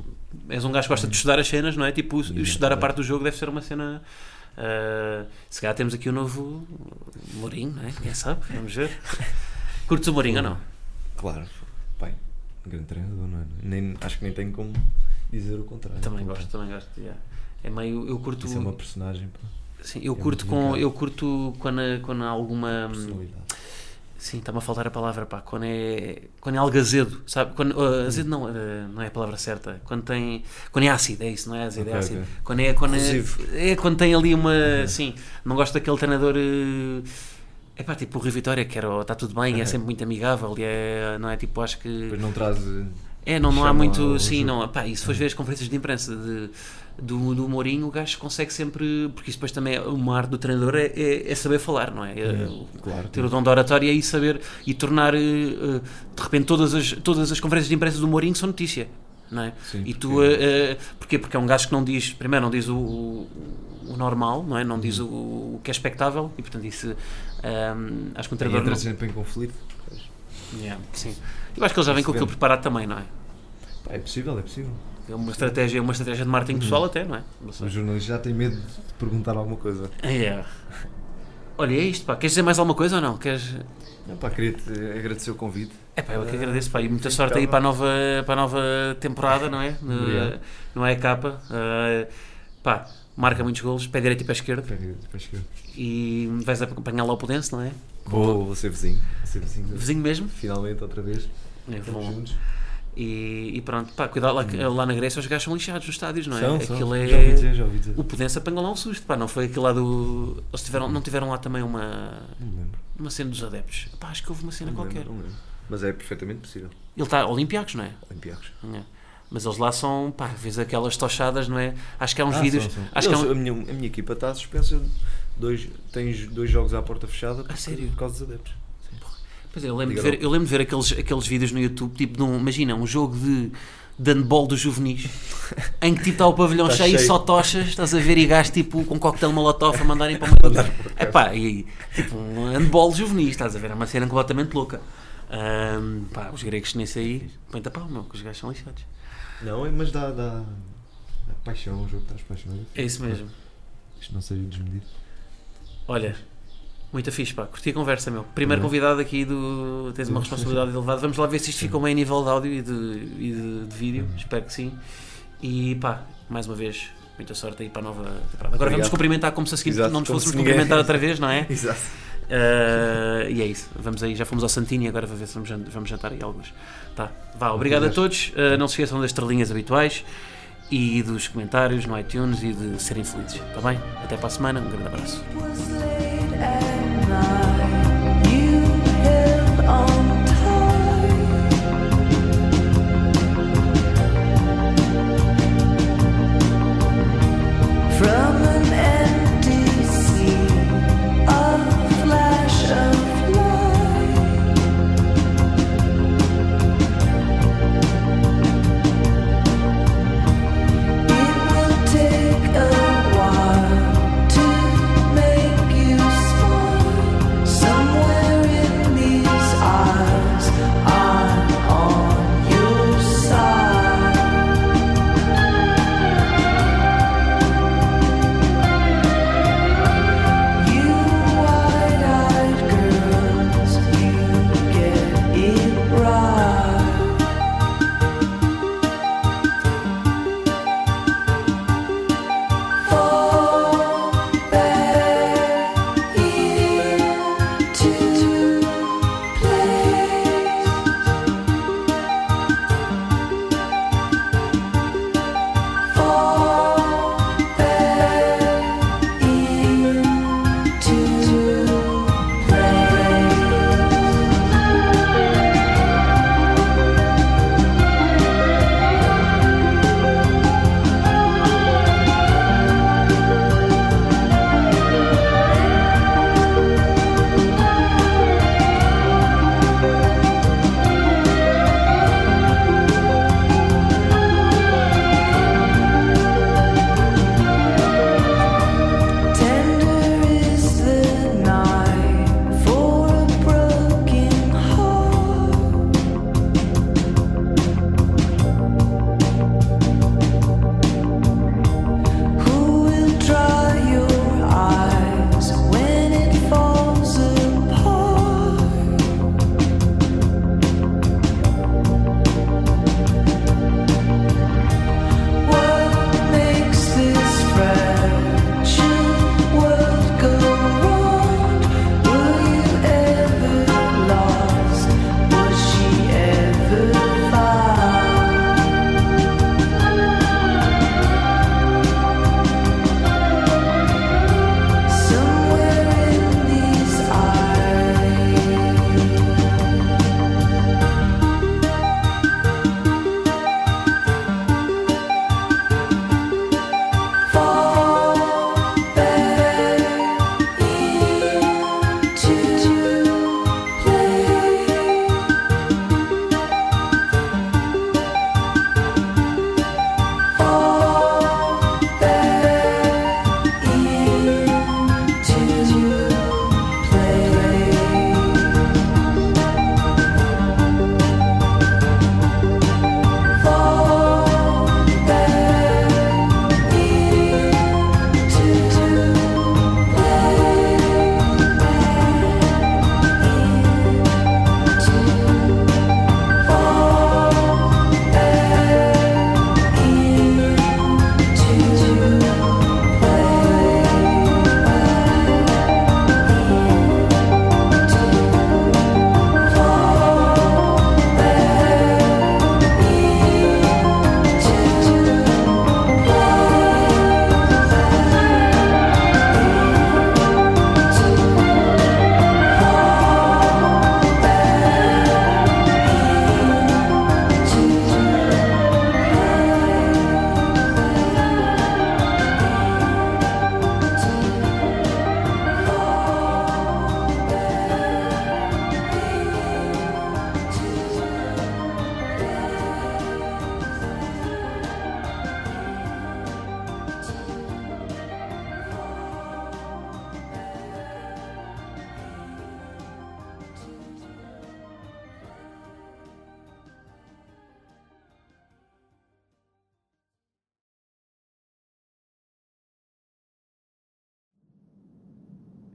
Speaker 1: és um gajo que gosta de estudar as cenas, não é? Tipo, estudar a parte do jogo deve ser uma cena. ah, se calhar temos aqui o novo Mourinho, não é? Quem sabe? Vamos ver. Curtes o Mourinho ou não?
Speaker 2: Claro, bem,
Speaker 3: Grande treinador, não é? Não é?
Speaker 2: nem, acho que nem tenho como dizer o contrário.
Speaker 1: Também
Speaker 2: Pô,
Speaker 1: gosto, também gosto. yeah. É meio. Eu curto.
Speaker 3: Isso é uma personagem, pá.
Speaker 1: sim, eu
Speaker 3: é
Speaker 1: curto
Speaker 3: muito
Speaker 1: com.
Speaker 3: delicado.
Speaker 1: Eu curto quando, há- quando há alguma.
Speaker 3: Personalidade.
Speaker 1: Sim, está-me a faltar a palavra, pá. Quando é, quando é algo azedo, sabe? Quando, ah, azedo não, ah, não é a palavra certa. Quando tem. Quando é ácido, é isso, não é azedo, é
Speaker 3: Ok,
Speaker 1: ácido.
Speaker 3: ok. Uhum.
Speaker 1: Quando é. Quando é,
Speaker 2: Corrosivo.
Speaker 1: é quando tem ali uma. Sim, não gosto daquele treinador. eh, É pá, tipo o Rui Vitória, que era, está tudo
Speaker 3: Uhum.
Speaker 1: bem, é sempre muito amigável, e é, não é tipo, acho que.
Speaker 3: Depois não traz. eh,
Speaker 1: É, não, não há
Speaker 3: Chama
Speaker 1: muito.
Speaker 3: o
Speaker 1: Sim,
Speaker 3: jogo.
Speaker 1: não. Pá, e se fores ver as conferências de imprensa de- do, do Mourinho, o gajo consegue sempre. Porque isso depois também é uma arte do treinador, é, é- é saber falar, não é? É, o-
Speaker 3: claro.
Speaker 1: Ter o dom da oratória e saber. e tornar. eh, eh, de repente, todas as, todas as conferências de imprensa do Mourinho são notícia, não é?
Speaker 3: Sim,
Speaker 1: e tu.
Speaker 3: porque-
Speaker 1: eh, eh, porquê? Porque é um gajo que não diz. Primeiro, não diz o. o- o normal, não é? Não diz o,
Speaker 3: Uhum.
Speaker 1: o que é expectável e portanto isso ahm, acho que
Speaker 3: E
Speaker 1: um treinador
Speaker 3: entra
Speaker 1: não,
Speaker 3: sempre em conflito.
Speaker 1: Yeah, sim. Eu acho que ele já vem com aquilo
Speaker 3: Percebemos.
Speaker 1: preparado também, não é?
Speaker 3: Pá, é possível, é possível.
Speaker 1: É uma estratégia, é uma estratégia de
Speaker 3: Uhum.
Speaker 1: marketing pessoal até, não é? Não
Speaker 3: O
Speaker 1: sei.
Speaker 3: jornalista já tem medo de perguntar alguma coisa.
Speaker 1: É. Olha, é isto, pá. Queres dizer mais alguma coisa ou não? Queres...
Speaker 3: Não, pá, queria te agradecer o convite.
Speaker 1: É pá, eu que agradeço, pá. E muita
Speaker 3: Eh, Sim, então.
Speaker 1: sorte aí
Speaker 3: calma.
Speaker 1: para a nova, para a nova temporada, não é? De-
Speaker 3: Obrigado.
Speaker 1: não é a capa. Eh, pá, marca muitos golos, pé direito e pé esquerdo.
Speaker 3: Espera, depois que eu-
Speaker 1: E vais acompanhar lá o Pudense, não é?
Speaker 3: Uhum. Vou, vou ser vizinho. Vou ser vizinho. de-
Speaker 1: Vizinho mesmo.
Speaker 3: Finalmente, outra vez.
Speaker 1: É
Speaker 3: Estamos
Speaker 1: bom.
Speaker 3: juntos. Uhum.
Speaker 1: E, e pronto, pá, cuidado lá, que- lá na Grécia os gajos são lixados nos estádios, não é?
Speaker 3: São, são.
Speaker 1: Aquilo
Speaker 3: Já ouvi
Speaker 1: é.
Speaker 3: dizer, já ouvi dizer.
Speaker 1: O Pudense apanhou lá um susto, pá, não foi aquele lá do. Eles tiveram, não tiveram lá também uma.
Speaker 3: Não me lembro.
Speaker 1: uma cena dos adeptos. Pá, acho que houve uma cena
Speaker 3: Não me
Speaker 1: qualquer.
Speaker 3: lembro, não me lembro. Mas é perfeitamente possível.
Speaker 1: Ele está Olympiacos, não é?
Speaker 3: Olimpiacos.
Speaker 1: É. Mas eles lá são, pá, vês aquelas tochadas, não é? Acho que há uns
Speaker 3: Ah,
Speaker 1: vídeos.
Speaker 3: são, são.
Speaker 1: Acho que há
Speaker 2: Eles-
Speaker 1: um...
Speaker 2: a, minha, a minha equipa está suspensa. de Dois, tens dois jogos à porta fechada por,
Speaker 1: sério?
Speaker 2: por causa dos adeptos.
Speaker 1: Pois é, eu lembro de
Speaker 2: Liga
Speaker 1: ver, eu lembro de ver aqueles, aqueles vídeos no YouTube, tipo, de um, imagina, um jogo de, de handball dos juvenis, em que tipo está o pavilhão
Speaker 2: Tá
Speaker 1: cheio e
Speaker 2: cheio.
Speaker 1: só tochas, estás a ver e gás tipo com um coquetel molotov a mandarem para o meio. É pá, e tipo um handball juvenil, estás a ver, é uma cena completamente louca. Ahm, pá, os gregos nesse aí, põe-te a pau, meu, que os gajos são lixados.
Speaker 3: Não, é, mas dá, dá, dá paixão, um jogo que traz paixão.
Speaker 1: É isso mesmo.
Speaker 3: Isto não seja desmedido.
Speaker 1: Olha, muito fixe, pá. Curti a conversa, meu. Primeiro
Speaker 3: Uhum.
Speaker 1: convidado aqui do. Tens uma
Speaker 2: Uhum.
Speaker 1: responsabilidade elevada. Vamos lá ver se isto ficou bem a nível de áudio e de, e de, de vídeo. Espero que sim. E pá, mais uma vez, muita sorte aí para a nova temporada. Agora vamos
Speaker 2: Obrigado.
Speaker 1: cumprimentar como se a seguir
Speaker 2: Exato,
Speaker 1: não nos
Speaker 2: como
Speaker 1: fôssemos
Speaker 2: se ninguém-
Speaker 1: cumprimentar outra vez, não é?
Speaker 2: Exato.
Speaker 1: Ah, e é isso. Vamos aí. Já fomos ao Santini, agora vamos ver se vamos jan- vamos jantar aí alguns. Tá. Vá, obrigado a todos. Ah, não se esqueçam das estrelinhas habituais e dos comentários no iTunes e de serem felizes. Está bem? Até para a semana. Um grande abraço.
Speaker 4: was late at night. You held on tight. From an empty sea, a flash of light. It will take a while to make you smile.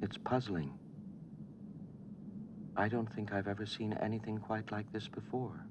Speaker 5: It's puzzling. I don't think I've ever seen anything quite like this before.